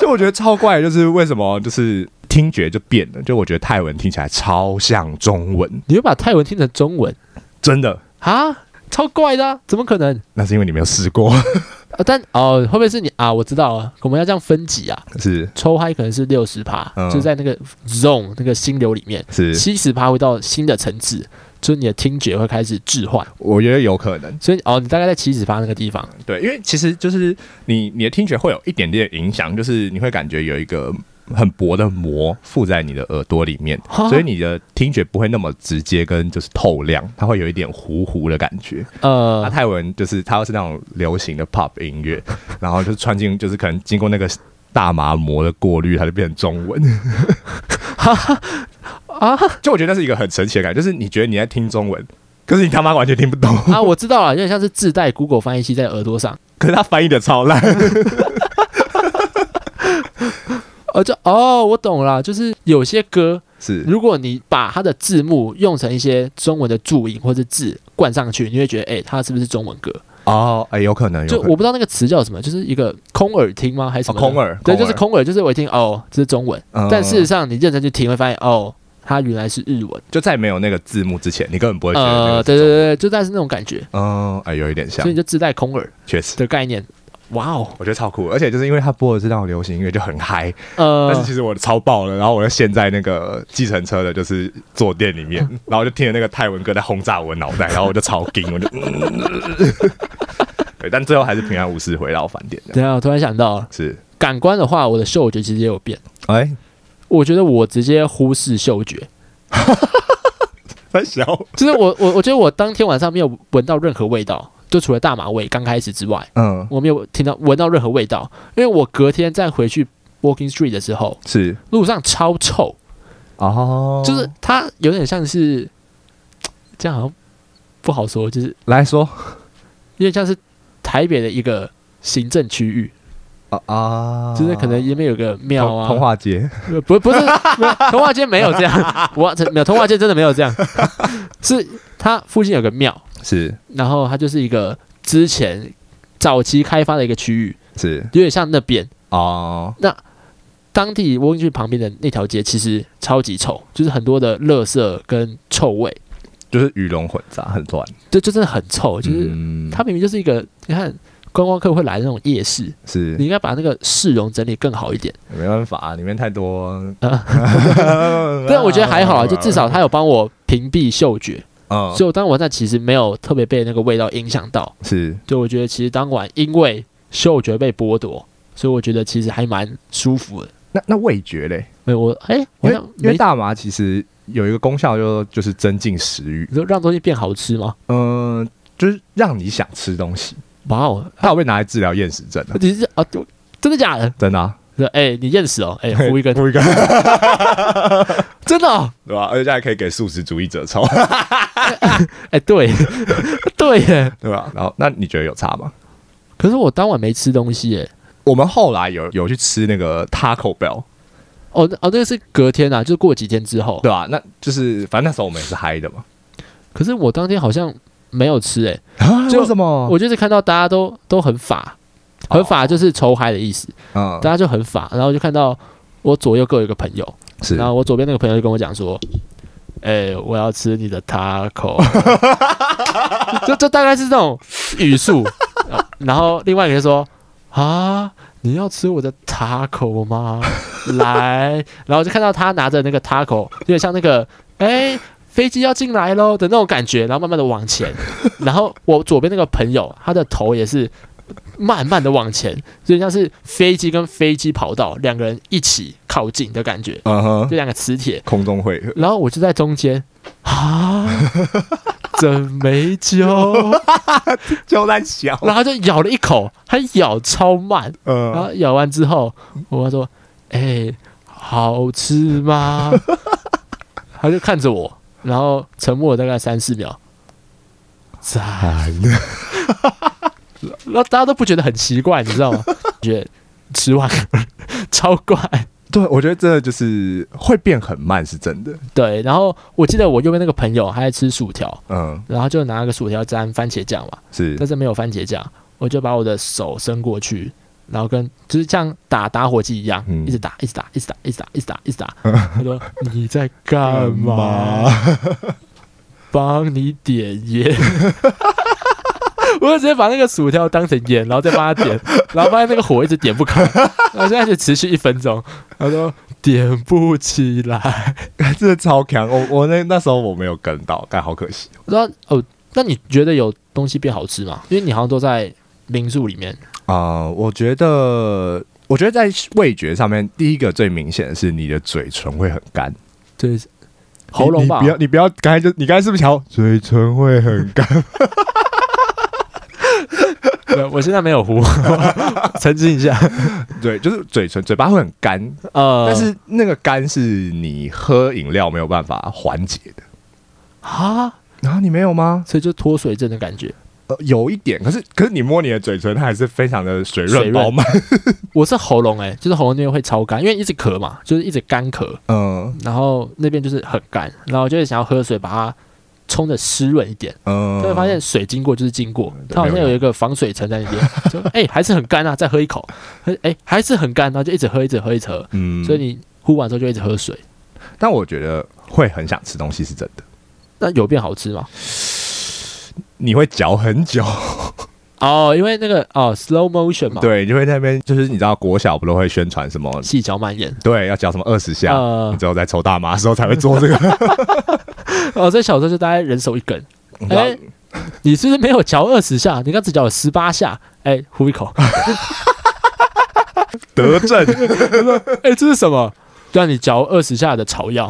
B: 就我觉得超怪的，就是为什么就是听觉就变了，就我觉得泰文听起来超像中文，
A: 你会把泰文听成中文
B: 真的，
A: 啊？超怪的啊、怎么可能？
B: 那是因为你没有试过， (laughs)
A: 啊，但哦，会不会是你啊？我知道了，我们要这样分级啊。
B: 是
A: 抽嗨可能是六十趴，
B: 嗯
A: 就在那个 zone 那个心流里面，
B: 是，
A: 七十趴会到新的层次，就是你的听觉会开始置换。
B: 我觉得有可能，
A: 所以哦，你大概在七十趴那个地方，
B: 对，因为其实就是你你的听觉会有一点点影响，就是你会感觉有一个。很薄的膜附在你的耳朵里面，
A: 哈
B: 所以你的听觉不会那么直接跟就是透亮，它会有一点糊糊的感觉。那
A: 呃，
B: 泰文就是它是那种流行的 pop 音乐， (laughs) 然后就是穿进就是可能经过那个大麻膜的过滤，它就变成
A: (laughs)
B: 中文。
A: 啊
B: 就我觉得那是一个很神奇的感觉，就是你觉得你在听中文，可是你他妈完全听不懂，
A: (laughs) 啊，我知道了，有点像是自带 Google 翻译器在耳朵上，
B: 可是它翻译的超烂。
A: 哦，就哦，我懂了，就是有些歌，
B: 是
A: 如果你把它的字幕用成一些中文的注音或者字灌上去，你会觉得，哎、它是不是中文歌？
B: 哦，哎、有可能，
A: 就
B: 有可
A: 我
B: 能。
A: 不知道那个词叫什么，就是一个空耳听吗？还是什么的、
B: 哦空耳
A: 对，
B: 空
A: 就
B: 耳
A: 是空耳，就是我一听哦，这是中文，
B: 嗯
A: 但事实上你认真去听会发现哦，它原来是日文。
B: 就在没有那个字幕之前，你根本不会觉得那
A: 呃，
B: 个
A: 对
B: 是
A: 对
B: 中
A: 对，
B: 文。
A: 就但是那种感觉，
B: 嗯，哎、有一点像
A: 所以，你就自带空耳
B: 确实。
A: 的概念。哇哦，
B: 我觉得超酷，而且就是因为它播的是那种流行音乐，就很嗨。但是
A: 呃
B: 其，实我超爆了，然后我就陷在那个计程车的，就是坐垫里面，然后我就听着那个泰文歌在轰炸我脑袋，然后我就 (laughs) 超惊，我就，对，但最后还是平安无事回到饭店的，
A: 等一下啊我突然想到，
B: 是，
A: 感官的话，我的嗅觉其实也有变。
B: 哎，
A: 我觉得我直接忽视嗅觉，
B: 三小，
A: 就是我我我觉得我当天晚上没有闻到任何味道，就除了大麻味刚开始之外，
B: 嗯，
A: 我没有听到闻到任何味道，因为我隔天再回去 Walking Street 的时候，
B: 是
A: 路上超臭，
B: 哦，
A: 就是它有点像是这样好像不好说，就是
B: 来说
A: 有点像是台北的一个行政区域，
B: 啊啊，
A: 就是可能里面有个庙
B: 通
A: 啊，
B: 通化街，
A: 呃不不是 (laughs) 没有通化街没有这样，我没有通化街真的没有这样， (laughs) 是它附近有个庙，
B: 是
A: 然后它就是一个之前早期开发的一个区域，
B: 是
A: 有点像那边
B: 哦，
A: 当地蜗进去旁边的那条街，其实超级臭，就是很多的垃圾跟臭味，
B: 就是鱼龙混杂，很乱，
A: 这就真的很臭，就是
B: 嗯
A: 它明明就是一个你看。观光客会来的那种夜市，
B: 是
A: 你应该把那个市容整理更好一点。
B: 没办法，里面
A: (laughs)
B: 太多。
A: 啊但
B: 但
A: 我觉得还好啊，哦就至少它有帮我屏蔽嗅觉，
B: (laughs) 嗯
A: 所以我当晚上其实没有特别被那个味道影响到。
B: 是
A: 就我觉得其实当晚因为嗅觉被剥夺，所以我觉得其实还蛮舒服的。
B: 那那味觉嘞，
A: 没有我哎、好
B: 因为
A: 像
B: 因为
A: 没
B: 大麻其实有一个功效，就就是增进食欲
A: 你，说让东西变好吃吗？
B: 嗯、就是让你想吃东西。
A: 哇 (laughs) 哦，
B: 它有被拿来治疗厌食症的、
A: 你是啊，就真的假的？
B: 真的、啊，
A: 说哎、你厌食哦，哎、
B: 嘿
A: 呼一根，
B: (laughs) 敷一个，
A: (laughs) 真的、哦，
B: 对吧、而且还可以给素食主义者抽，
A: 哎、对， (laughs) 对耶。
B: 对吧、 (laughs) 然后，那你觉得有差吗？
A: 可是我当晚没吃东西耶。
B: 我们后来有有去吃那个 Taco Bell，
A: 哦那哦，那个是隔天啊，就是过几天之后。
B: 对吧、那就是反正那时候我们也是嗨的嘛。
A: 可是我当天好像没有吃哎，
B: (laughs) 啊
A: 就
B: 为什么？
A: 我就是看到大家都都很法，很法就是仇嗨的意思，
B: 嗯
A: 大，家就很法。然后就看到我左右各有一个朋友，
B: 是
A: 然后我左边那个朋友就跟我讲说：“哎、我要吃你的 taco。就”就大概是这种语速。 (laughs) 呃然后另外一个人说：“啊，你要吃我的 taco 吗？来。”然后就看到他拿着那个 taco，有点像那个哎。飞机要进来喽的那种感觉，然后慢慢的往前，然后我左边那个朋友，他的头也是慢慢的往前，所以像是飞机跟飞机跑道两个人一起靠近的感觉。
B: 嗯
A: 就
B: 哼，
A: 两个磁铁，
B: 空中 (laughs) 会合，
A: 然后我就在中间 (laughs) 啊，真没救，
B: 就在小，
A: 然后他就咬了一口，他咬超慢，
B: 嗯
A: 然后咬完之后，我说：“哎、好吃吗？” (laughs) 他就看着我，然后沉默大概三四秒，赞，然后大家都不觉得很奇怪，你知道吗？觉得吃完 (laughs) 超怪。
B: 对，我觉得这就是会变很慢，是真的。
A: 对，然后我记得我右边那个朋友他在吃薯条，
B: 嗯，
A: 然后就拿个薯条沾番茄酱嘛，
B: 是
A: 但是没有番茄酱，我就把我的手伸过去，然后跟就是像打打火机一样，
B: 嗯
A: 一直打，一直打，一直打，一直打，一直打，一直打。他说：“你在干嘛？帮你点烟。” (laughs) 我就直接把那个薯条当成烟，然后再帮他点，然后发现那个火一直点不开， (laughs) 然后现在就持续一分钟。他说点不起来。
B: (laughs) 真的超强。我我那那时候我没有跟到，但好可惜。
A: 我说：“哦，那你觉得有东西变好吃吗？因为你好像都在民宿里面。
B: 啊、我觉得，我觉得在味觉上面，第一个最明显的是你的嘴唇会很干，
A: 对， (laughs) 喉咙
B: 你
A: 吧
B: 你不。要，你不要，刚才就你刚才是不是瞧嘴唇会很干？
A: 对，我现在没有 (laughs) 糊，澄清一下。
B: 对，就是嘴唇嘴巴会很 (laughs) 干，
A: 呃，
B: 但是那个干是你喝饮料没有办法缓解的。
A: 啊，
B: 然后你没有吗？
A: 所以就脱水症的感觉。
B: 呃，有一点，可是可是你摸你的嘴唇，它还是非常的水
A: 水
B: 润
A: 润
B: 饱
A: (laughs)
B: 满。
A: 我是喉咙哎、就是喉咙那边会超干，因为一直咳嘛，就是一直干咳，
B: 嗯
A: 然后那边就是很干，然后我就会想要喝水把它冲的湿润一点，
B: 嗯，
A: 就会发现水经过就是经过，
B: 对
A: 它好像
B: 没有
A: 有
B: 用
A: 一个防水层在那边， (laughs) 就哎、还是很干啊，再喝一口，哎、还是很干，然后就一直喝一直喝一直喝，
B: 嗯
A: 所以你呼完之后就一直喝水，
B: 但我觉得会很想吃东西是真的，
A: 那有变好吃吗？
B: 你会嚼很久，
A: 哦，因为那个哦 slow motion 嘛，，
B: 对，你会在那边就是你知道国小不都会宣传什么，
A: 细嚼慢咽，
B: 对，要嚼什么二十下，
A: 呃
B: 你，只有在抽大麻的时候才会做这个。
A: 哦，在小时候就大概人手一根。
B: 你知道
A: 哎、你是不是没有嚼二十下？你刚只嚼了十八下。哎、呼一 (laughs) 口。
B: 德政
A: 啊
B: (laughs)
A: 哎、这是什么？让你嚼二十下的草药。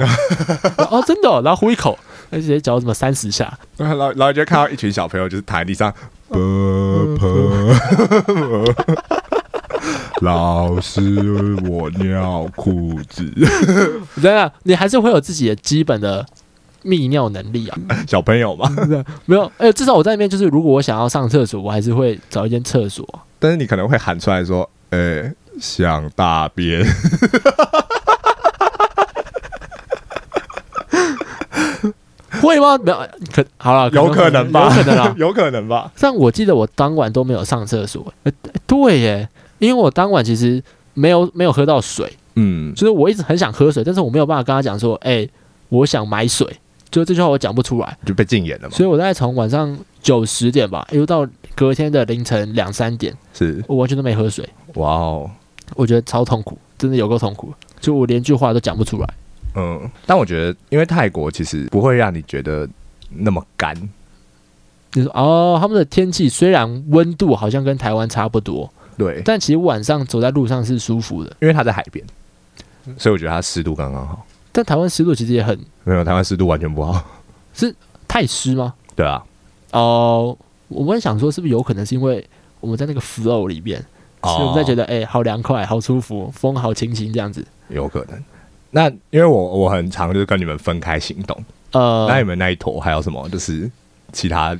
A: 哦，真的哦、然后呼一口。而且嚼什么三十下，
B: 然后然后就看到一群小朋友就是躺在地上，老师我尿裤子， (laughs)
A: 真的，啊你还是会有自己的基本的泌尿能 (laughs) 力啊。
B: 小朋友嘛。
A: 没有，哎、至少我在那边就是，如果我想要上厕所，我还是会找一间厕所。
B: 但是你可能会喊出来说，呃、想大便，
A: 会吗？没有，可好了，
B: 有可能吧？。
A: 有可能啊啦
B: (laughs) 有可能吧？
A: 但我记得我当晚都没有上厕所、欸欸对耶，因为我当晚其实没有没有喝到水，
B: 嗯，
A: 就是我一直很想喝水，但是我没有办法跟他讲说，哎、我想买水，就这句话我讲不出来，
B: 就被禁言了嘛。
A: 所以我大概从晚上九十点吧，一路到隔天的凌晨两三点，
B: 是，
A: 我完全都没喝水，
B: 哇哦，
A: 我觉得超痛苦，真的有够痛苦，就我连句话都讲不出来。
B: 嗯。但我觉得，因为泰国其实不会让你觉得那么干，
A: 你说哦，他们的天气虽然温度好像跟台湾差不多，
B: 对，
A: 但其实晚上走在路上是舒服的。
B: 因为它在海边，所以我觉得它湿度刚刚好。
A: 但台湾湿度其实也很
B: 没有，台湾湿度完全不好。
A: 太湿吗？
B: (laughs) 对啊，
A: 哦、我们想说是不是有可能是因为我们在那个 flow 里面，
B: 哦
A: 所以我们才觉
B: 得
A: 得哎、好凉快，好舒服，风好清新这样子。
B: 有可能。那因为我我很常就是跟你们分开行动，那
A: 呃
B: 你，们那一坨还有什么就是其他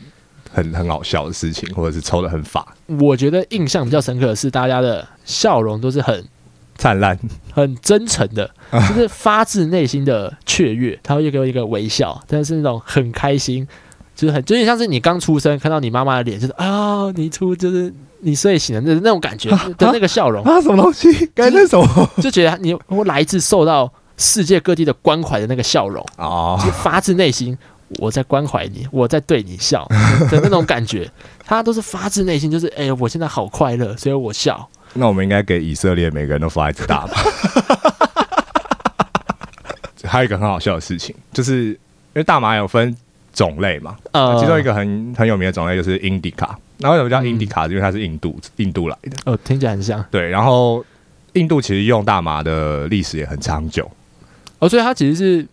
B: 很很好笑的事情，或者是抽的很法
A: 我觉得印象比较深刻的是大家的笑容都是很
B: 灿烂？
A: 很真诚的，就是发自内心的雀跃，他会给我一个微笑，但是那种很开心，就是很就有点像是你刚出生看到你妈妈的脸，就是啊、你出就是你睡醒了那那种感觉的那个笑
B: (laughs)
A: 容，
B: 啊，什么东西？该那什么？
A: 就觉得你我来自受到世界各地的关怀的那个笑容，
B: 哦，
A: 就发自内心。我在关怀你，我在对你笑的那种感觉，他都是发自内心，就是哎、我现在好快乐，所以我笑。
B: 那我们应该给以色列每个人都发一支
A: (laughs)
B: 大吧。还有一个很好笑的事情，就是因为大麻有分种类嘛，
A: 呃，
B: 啊其中一个很很有名的种类就是 indica。那为什么
A: 嗯
B: 叫 indica？、因为它是印度印度来的。
A: 哦，听起来很像
B: 对，然后印度其实用大麻的历史也很长久，
A: 哦，所以它其实是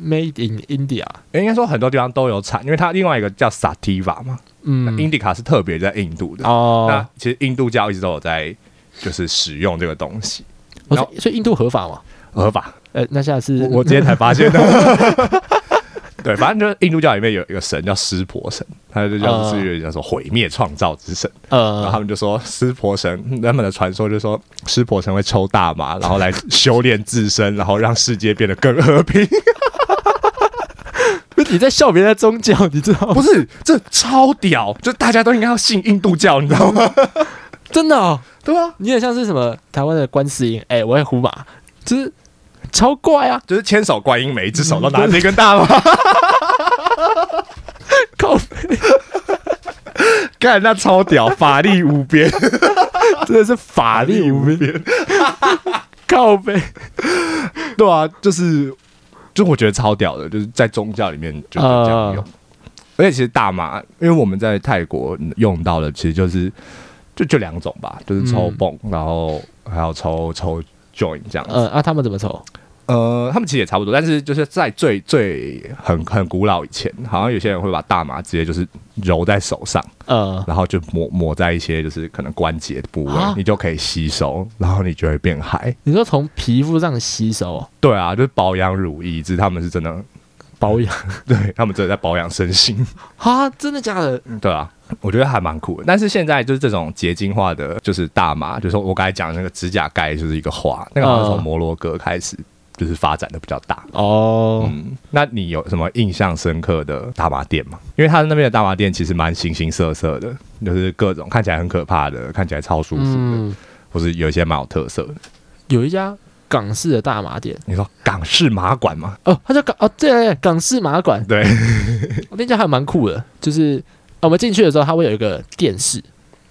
A: made in India，
B: 应该说很多地方都有产，因为它另外一个叫 sativa 嘛、
A: 嗯，
B: i n d i c a 是特别在印啊度的。那
A: 哦，
B: 其实印度教一直都有在就是使用这个东西，
A: 我
B: 然
A: 说哦所以印度合法嘛？
B: 合法。
A: 呃，那下次
B: (laughs) 我我今天才发现的。 (laughs) 对，反正就是印度教里面有一个神叫湿婆神，他就叫
A: 嗯
B: 是叫做毁灭创造之神。然后他
A: 呃，
B: 们就说湿婆神，他们的传说就说湿婆神会抽大麻，然后来修炼自身，然后让世界变得更和平。
A: 你在笑别人的宗教，你知道吗？
B: (laughs) 不是，这超屌，就大家都应该要信印度教，你知道吗？
A: 真的哦，
B: (laughs) 对啊，
A: 你很像是什么台湾的观世音，哎，我也胡马，就是超怪啊，
B: 就是千手观音，每一只手都拿着一根大麻，
A: 靠，
B: 干那超屌，法力无边， (laughs)
A: 真的是法力无边，
B: 边。
A: 靠背，
B: 对啊，就是就我觉得超屌的，就是在宗教里面就是这样
A: 啊
B: 用。而且其实大麻，因为我们在泰国用到的，其实就是就就两种吧，就是抽
A: 嗯
B: 泵，然后还有抽抽 join 这样子。
A: 呃，啊，他们怎么抽？
B: 呃，他们其实也差不多，但是就是在最最很很古老以前，好像有些人会把大麻直接就是揉在手上，
A: 呃，
B: 然后就抹抹在一些就是可能关节的部位，
A: 啊
B: 你就可以吸收，然后你就会变嗨。
A: 你说从皮肤上吸收哦
B: 对啊，就是保养乳液，只是他们是真的 (laughs)
A: 保养
B: 对他们真的在保养身心，
A: 啊？真的假的？
B: 对啊，我觉得还蛮酷的。但是现在就是这种结晶化的，就是大麻，就是我刚才讲的那个指甲盖就是一个花，那个好像是从
A: 嗯
B: 摩洛哥开始就是发展的比较大。
A: 哦，
B: 嗯，那你有什么印象深刻的大麻店吗？因为他那边的大麻店其实蛮形形色色的，就是各种看起来很可怕的，看起来超舒服的，
A: 嗯，
B: 或是有一些蛮有特色的。
A: 有一家港式的大麻店，
B: 你说港式麻馆吗？
A: 哦，它叫港哦，对对，对港式麻馆，哦
B: 对，
A: 那家还蛮酷的，就是啊我们进去的时候，它会有一个电视，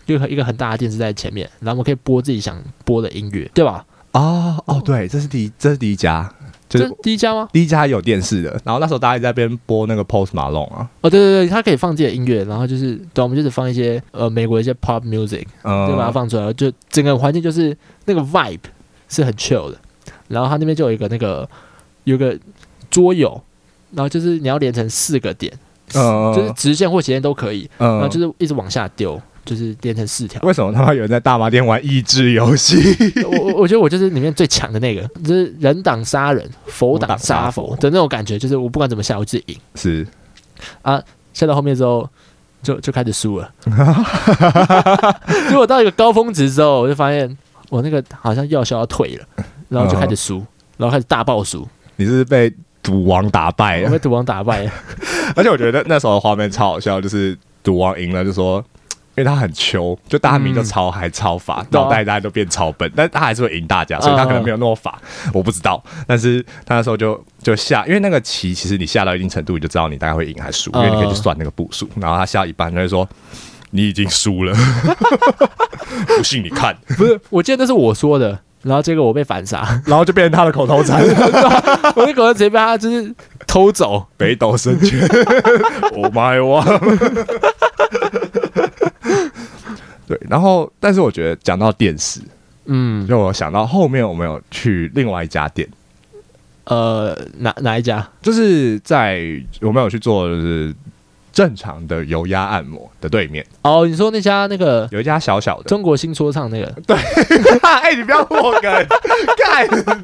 A: 一个一个很大的电视在前面，然后我们可以播自己想播的音乐，对吧？
B: 哦哦，对，这是第一，这是第一家，就
A: 这
B: 是
A: 是第一家吗？
B: 第一家有电视的，然后那时候大家在那边播那个 Post Malone 啊，
A: 哦，对对对，它可以放自己的音乐，然后就是对，我们就是放一些呃美国的一些 pop music，
B: 嗯，
A: 就把它放出来，就整个环境就是那个 vibe 是很 chill 的。然后它那边就有一个那个有一个桌游，然后就是你要连成四个点，
B: 嗯
A: 就是直线或斜线都可以，然后
B: 嗯，
A: 就是一直往下丢，就是连成四条。
B: 为什么他妈有人在大麻店玩益智游戏？ (laughs)
A: 我我我觉得我就是里面最强的那个，就是人挡杀人，佛挡杀佛的那种感觉，就是我不管怎么下，我就是赢。
B: 是
A: 下到后面之后，就就开始输了。 (laughs) 结果到一个高峰值之后，我就发现我那个好像药效要退了，然后就开始输，然后开始大爆输，
B: 你是被赌王打败
A: 我
B: 了
A: 被，赌王打败了。
B: (laughs) 而且我觉得那时候的画面超好笑，就是赌王赢了就说。因为他很穷，就大家明明就超嗨、超法，脑袋大家都变超笨，但他还是会赢大家，所以他可能没有那么法，我不知道。但是他那时候就就下，因为那个棋其实你下到一定程度，你就知道你大概会赢还是输，因为你可以去算那个步数。然后他下一半，他就说你已经输了， (laughs) 不信你看，
A: 不是，我记得那是我说的，然后结果我被反
B: (laughs)
A: 杀，
B: 然后就变成他的口头禅，
A: 我那狗直接被他就是偷走。
B: 北斗神 (laughs) 拳，Oh my one。对，然后但是我觉得讲到电视，
A: 嗯，
B: 就我想到后面我们有去另外一家店，
A: 呃，哪哪一家？
B: 就是在我们有去做就是正常的油压按摩的对面，
A: 哦，你说那家那个
B: 有一家小小的。
A: 中国新说唱那个，
B: (laughs) 哎、你不要破梗，干。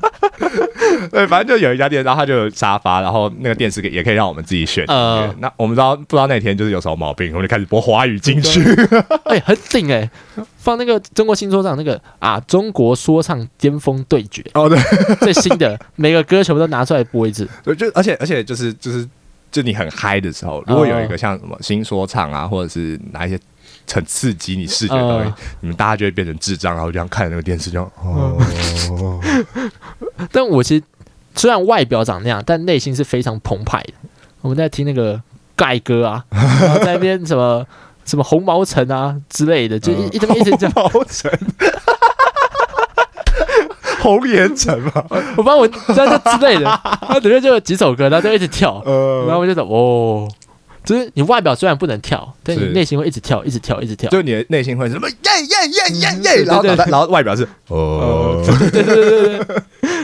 B: 对，反正就有一家店，然后它就有沙发，然后那个电视也可以让我们自己选音乐。
A: 嗯
B: 那我们知道不知道那天就是有什么毛病，我们就开始播华语金曲。 (laughs)
A: 哎、很顶哎、放那个中国新说唱那个啊，中国说唱巅峰对决
B: 哦，对，
A: (laughs) 最新的，每个歌全部都拿出来播一次。
B: 对，就而且而且就是就是就你很嗨的时候，如果有
A: 嗯
B: 一个像什么新说唱啊，或者是哪一些很刺激你视觉的东西，
A: 嗯
B: 你们大家就会变成智障，然后就这样看那个电视就，哦，
A: 嗯
B: (laughs)
A: 但我其实虽然外表长那样，但内心是非常澎湃的。我们在听那个盖歌啊，然后在那边什么 (laughs) 什么红毛城啊之类的，就
B: 嗯
A: 一一直一直讲，
B: 红毛城，红岩城嘛，
A: 我帮我在这之类的，他里面就有几首歌，他就一直跳，
B: 呃，
A: 然后我就想哦。就是你外表虽然不能跳，但你
B: 是
A: 内心会一直跳，一直跳，一直跳。
B: 就你的内心会是什么耶耶耶耶耶，
A: 嗯对
B: 然后
A: 对
B: 脑袋然后外表是哦
A: 哦，， (laughs) 对对对对对。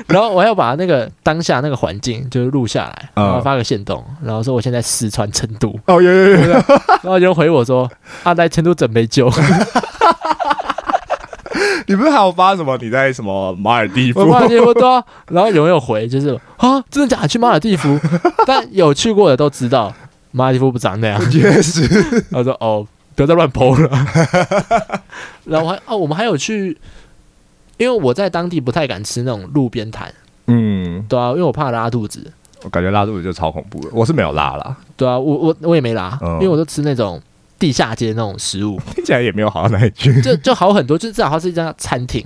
A: 然后我还要把那个当下那个环境就是录下来，
B: 嗯
A: 然后发个线动，然后说我现在四川成都，
B: (laughs)
A: (laughs)
B: 哦有有有，
A: 然后有人回我说啊来成都整杯 (laughs) 酒，
B: 你不是还有发什么你在什么马尔地夫
A: 我？马尔地夫对啊，然后有人有回就是啊真的假的去马尔地夫， (laughs) 但有去过的都知道马尔地夫不长那样， (laughs)
B: 确实，
A: 然后说哦不要再乱剖了， (laughs) 然后我还哦我们还有去。因为我在当地不太敢吃那种路边摊，
B: (laughs) 嗯，
A: 对啊，因为我怕拉肚子。
B: 我感觉拉肚子就超恐怖了，我是没有拉啦，
A: 对啊，我我我也没拉，
B: 嗯
A: 因为我都吃那种地下街那种食物， (laughs)
B: 听起来也没有好到哪里去。
A: 就就好很多。就是至少它是一家餐厅，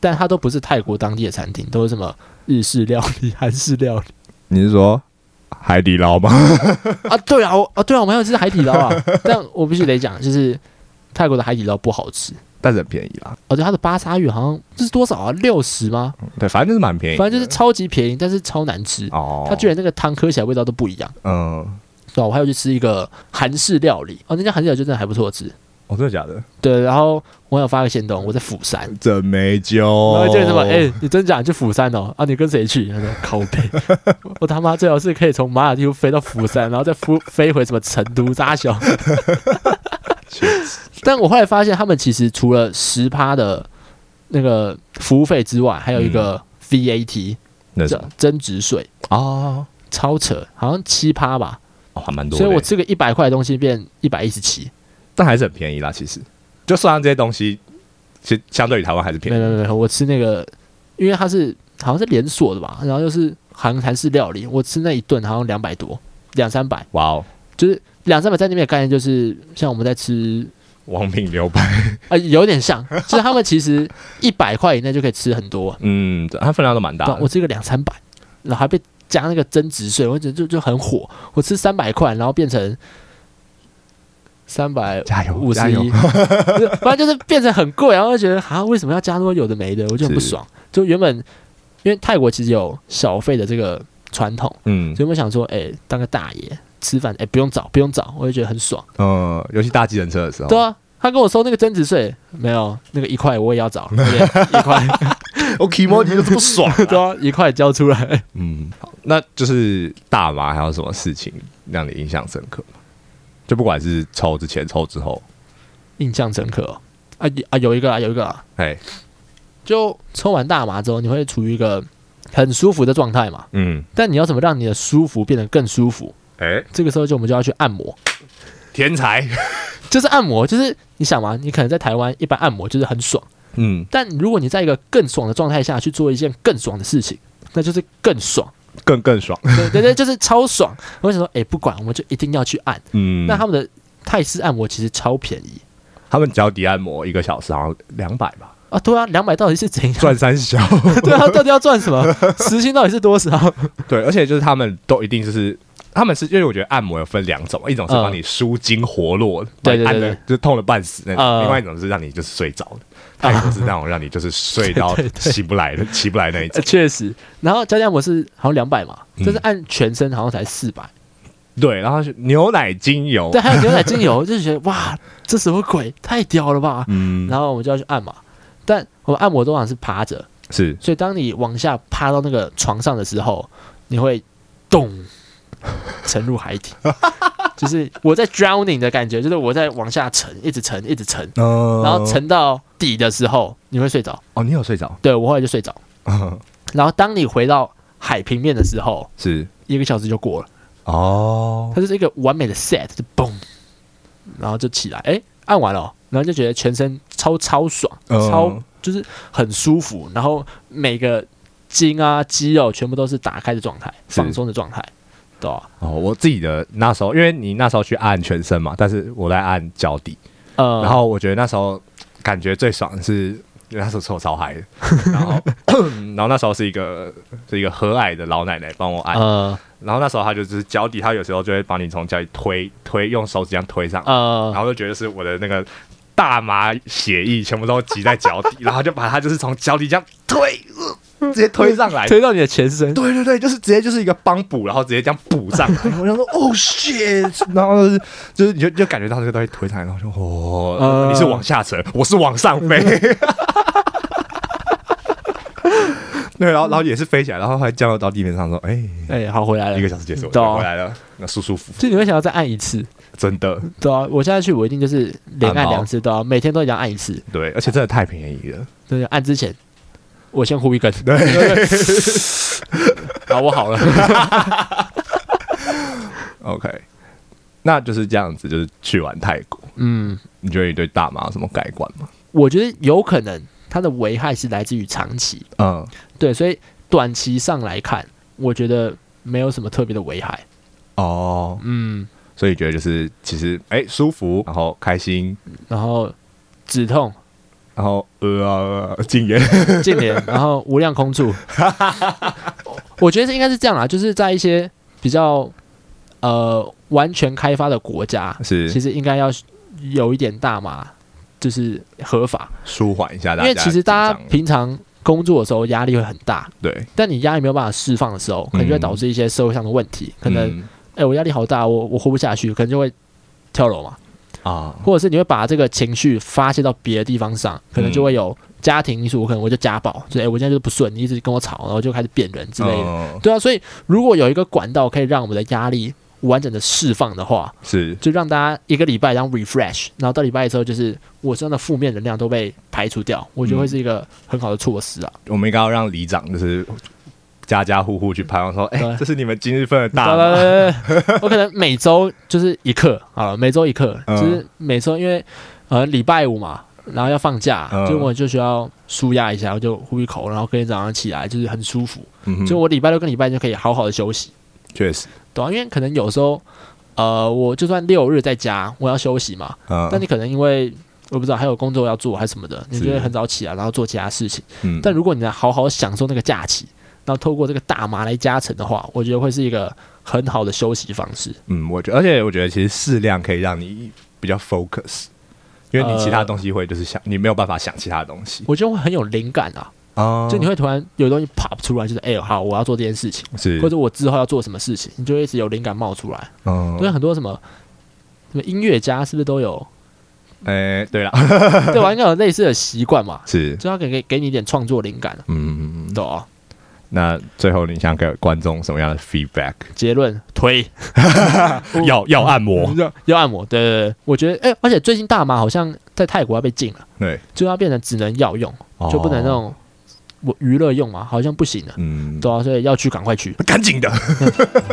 A: 但它都不是泰国当地的餐厅，都是什么日式料理、韩式料理
B: (laughs) 你是说海底捞吗？
A: 啊。对啊，我啊对啊，我们还有吃海底捞 (laughs) 啊，但我必须得讲，就是泰国的海底捞不好吃。
B: (laughs) 但是很便宜啦，
A: 而且它的巴沙鱼好像这是多少啊？六十吗？
B: 对，反正就是蛮便宜的。
A: 反正就是超级便宜，但是超难吃。
B: 哦，
A: 它居然那个汤喝起来味道都不一样，
B: 嗯，
A: 对吧、我还有去吃一个韩式料理，哦，那家韩式料理就真的还不错吃。
B: 哦，真的假的？
A: 对，然后我有发个线动，我在釜山，
B: 真没酒，
A: 然后就什么，哎、你真假？你去釜山哦？啊，你跟谁去？他说靠北，
B: (laughs)
A: 我他妈最好是可以从马尔地夫飞到釜山，然后再飞飞回什么成都、扎小。但我后来发现，他们其实除了十趴的那个服务费之外，还有一个 VAT
B: 那嗯是
A: 增增值税，
B: 哦，
A: 超扯，好像七趴吧。
B: 哦，还蛮多的。
A: 所以我吃个一百块的东西变一百一十七。
B: 但还是很便宜啦，其实就算上这些东西，其实相对于台湾还是便
A: 没
B: 宜。
A: 有没有没有，我吃那个，因为它是好像是连锁的吧，然后又是韩韩式料理，我吃那一顿好像两百多，两三百，
B: 哇哦，
A: 就是两三百在那边的概念就是像我们在吃，
B: 亡命牛排，
A: 呃，有点
B: (laughs)
A: 像，就是他们其实一百块以内就可以吃很多，
B: 嗯，它分量都蛮大
A: 对啊，
B: 的
A: 我。吃个两三百，然后还被加那个增值税，我觉得就就很火，我吃三百块，然后变成三百
B: 加油，
A: 五
B: 加
A: 十 (laughs)
B: 油
A: 一，！就是反正就是变成很贵，然后就觉得啊，为什么要加那么多有的没的，我就很不
B: 是
A: 爽。就原本因为泰国其实有小费的这个传统，
B: 嗯
A: 所以我想说，哎、当个大爷吃饭，哎、不用找，不用找，我就觉得很爽。
B: 呃，尤其搭计程车的
A: 啊
B: 时候，
A: 对啊，他跟我收那个增值税，没有那个一块我也要找，对不对 (laughs) 一块，
B: (laughs) 我 k i m o 就是不爽、
A: 都要一块交出来。
B: 嗯，好，那就是大麻还有什么事情让你印象深刻吗？就不管是抽之前、抽之后，
A: 印象深刻、哦、啊有啊，有一个啊，有一个啊，
B: 哎，
A: 就抽完大麻之后，你会处于一个很舒服的状态嘛？
B: 嗯，
A: 但你要怎么让你的舒服变得更舒服？
B: 哎、
A: 这个时候就我们就要去按摩，
B: 天才，
A: 就是按摩，就是你想嘛，你可能在台湾一般按摩就是很爽，
B: 嗯，
A: 但如果你在一个更爽的状态下去做一件更爽的事情，那就是更爽，
B: 更更爽，
A: 对对对，就是超爽。我想说，哎、不管，我们就一定要去按。
B: 嗯，
A: 那他们的泰式按摩其实超便宜
B: 他们脚底按摩一个小时好像两百吧，
A: 啊，对啊，两百到底是怎样？
B: 赚三小，
A: (laughs) 对啊，到底要赚什么？时薪到底是多少？
B: (laughs) 对，而且就是他们都一定就是。他们是因为我觉得按摩有分两种，一种是
A: 嗯
B: 帮你舒筋活络的，
A: 对对
B: 把你
A: 对
B: 按的就痛了半死那种；
A: 嗯
B: 另外一种是让你就是睡着的，泰国是那种让你就是睡到
A: 对对对
B: 起不来的、起不来那一种
A: 呃。确实，然后加价模是好像两百嘛，
B: 嗯
A: 但是按全身好像才四百、
B: 对，然后是牛奶精油，
A: 对，还有牛奶精油，就觉得哇，这什么鬼，太屌了吧！
B: 嗯，
A: 然后我们就要去按嘛，但我们按摩通常是趴着，
B: 是
A: 所以当你往下趴到那个床上的时候，你会咚沉入海
B: (laughs)
A: 底，就是我在 drowning 的感觉，就是我在往下沉，一直沉，一直沉，
B: 呃
A: 然后沉到底的时候，你会睡着。
B: 哦，你有睡着？
A: 对我后来就睡着，
B: 嗯
A: 然后当你回到海平面的时候，
B: 是
A: 一个小时就过了，
B: 哦，
A: 它就是一个完美的 set，就嘣，然后就起来，哎，按完了哦，然后就觉得全身超超爽，
B: 嗯
A: 超就是很舒服，然后每个筋啊肌肉全部都是打开的状态，
B: 是
A: 放松的状态，对吧、
B: 哦，我自己的那时候，因为你那时候去按全身嘛，但是我在按脚底，
A: 呃，
B: 然后我觉得那时候感觉最爽的是，因为那时候抽
A: (laughs)
B: 超嗨的，然后 (coughs) 然后那时候是一个是一个和蔼的老奶奶帮我按，
A: 呃
B: 然后那时候她就是脚底，她有时候就会把你从脚底推推，用手指这样推上，然
A: 呃，
B: 后就觉得是我的那个大麻血液全部都集在脚底，然后就把它就是从脚底这样推，呃直接推上来。
A: 推到你的全身，
B: 对对对，就是直接就是一个帮补，然后直接这样补上
A: (laughs)
B: 来。我想说，哦 shit，然后就是就是你就就感觉到这个东西推上来，然后就哦，
A: 呃
B: 你是往下沉，我是往上
A: (laughs)
B: 飞。对，然后然后也是飞起来，然后还降落到地面上说，哎、
A: 哎，好回来
B: 一个
A: 了。
B: 小时结束，
A: 懂
B: 回来了，那舒舒服服，
A: 就你会想要再按一次，
B: 真的
A: 对啊，我现在去我一定就是连
B: 按
A: 按
B: 毛
A: 两次，对啊，每天都一定要按一次，
B: 对，而且真的太便宜了。
A: 对，啊按之前我先呼一根，
B: 对
A: (laughs) 好，我好了。
B: (laughs) OK，那就是这样子，就是去完泰国，
A: 嗯，
B: 你觉得你对大麻有什么改观吗？
A: 我觉得有可能它的危害是来自于长期，
B: 嗯，
A: 对，所以短期上来看，我觉得没有什么特别的危害。
B: 哦，
A: 嗯，
B: 所以觉得就是其实哎、舒服，然后开心，
A: 然后止
B: (laughs)
A: 痛、
B: 然后呃禁言，
A: 禁廉，然后无量空
B: (laughs)
A: 处。我觉得应该是这样啦，就是在一些比较呃完全开发的国家，其
B: 是
A: 实应该要有一点大麻，就是合法。
B: 舒缓一下大
A: 因为
B: 家的紧张，
A: 其实大家平常工作的时候压力会很大，
B: 对
A: 但你压力没有办法释放的时候，可能就会导致一些社会上的问题。可能，哎、
B: 嗯
A: 我压力好大，我我活不下去，可能就会跳楼嘛，
B: 啊
A: 或者是你会把这个情绪发泄到别的地方
B: 嗯
A: 上，可能就会有家庭因素，我可能我就家暴，就哎、我现在就是不顺，你一直跟我吵，然后就开始扁人之类的。
B: 嗯
A: 对啊，所以如果有一个管道可以让我们的压力完整的释放的话，
B: 是
A: 就让大家一个礼拜当 refresh，然后到礼拜一之后，就是我身上的负面能量都被排除掉，我觉得会是一个很好的措施啊。
B: 我们应该要让里长就是家家户户去拍，然后说哎、
A: 对
B: 这是你们今日份的
A: 来
B: 大麻，
A: 来来来我可能每周就是一课好了，每周一课，
B: 嗯
A: 就是每周因为呃礼拜五嘛，然后要放假，
B: 嗯
A: 就我就需要舒压一下，我就呼一口，然后隔天早上起来就是很舒服，
B: 嗯哼
A: 所以我礼拜六跟礼拜天就可以好好的休息，
B: 确实，
A: 对啊，因为可能有时候呃我就算六日在家，我要休息嘛，
B: 嗯，
A: 但你可能因为我不知道还有工作要做还是什么的，你就会
B: 是
A: 很早起来，然后做其他事情。
B: 嗯
A: 但如果你能好好享受那个假期，然后透过这个大麻来加成的话，我觉得会是一个很好的休息方式。
B: 嗯，我觉而且我觉得其实适量可以让你比较 focus，因为你其他东西会就是想、你没有办法想其他东西
A: 我觉得会很有灵感啊，
B: 啊
A: 就你会突然有东西 pop 出来，就是哎、好，我要做这件事情，
B: 是
A: 或者我之后要做什么事情，你就会一直有灵感冒出来。
B: 嗯 (laughs)
A: 所以很多什么什么音乐家是不是都有
B: 哎、对了，
A: 对吧？应该有类似的习惯嘛，
B: 是，
A: 就要给给给你一点创作灵感，
B: 嗯，
A: 对啊。
B: 那最后你想给观众什么样的 feedback？
A: 结论推
B: 要要按摩，
A: 要要按摩，对对对，我觉得哎、而且最近大麻好像在泰国要被禁了，
B: 对，
A: 就要变成只能药用，就不能那
B: 哦，
A: 种我娱乐用嘛，好像不行了，
B: 嗯，
A: 对啊，所以要去赶快去
B: 赶紧的，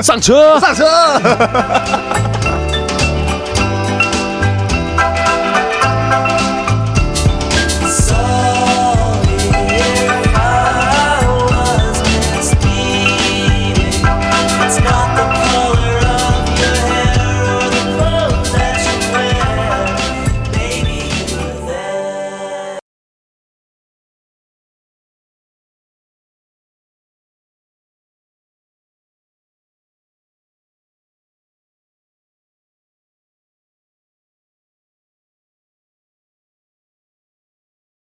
A: 上车。
B: 上车。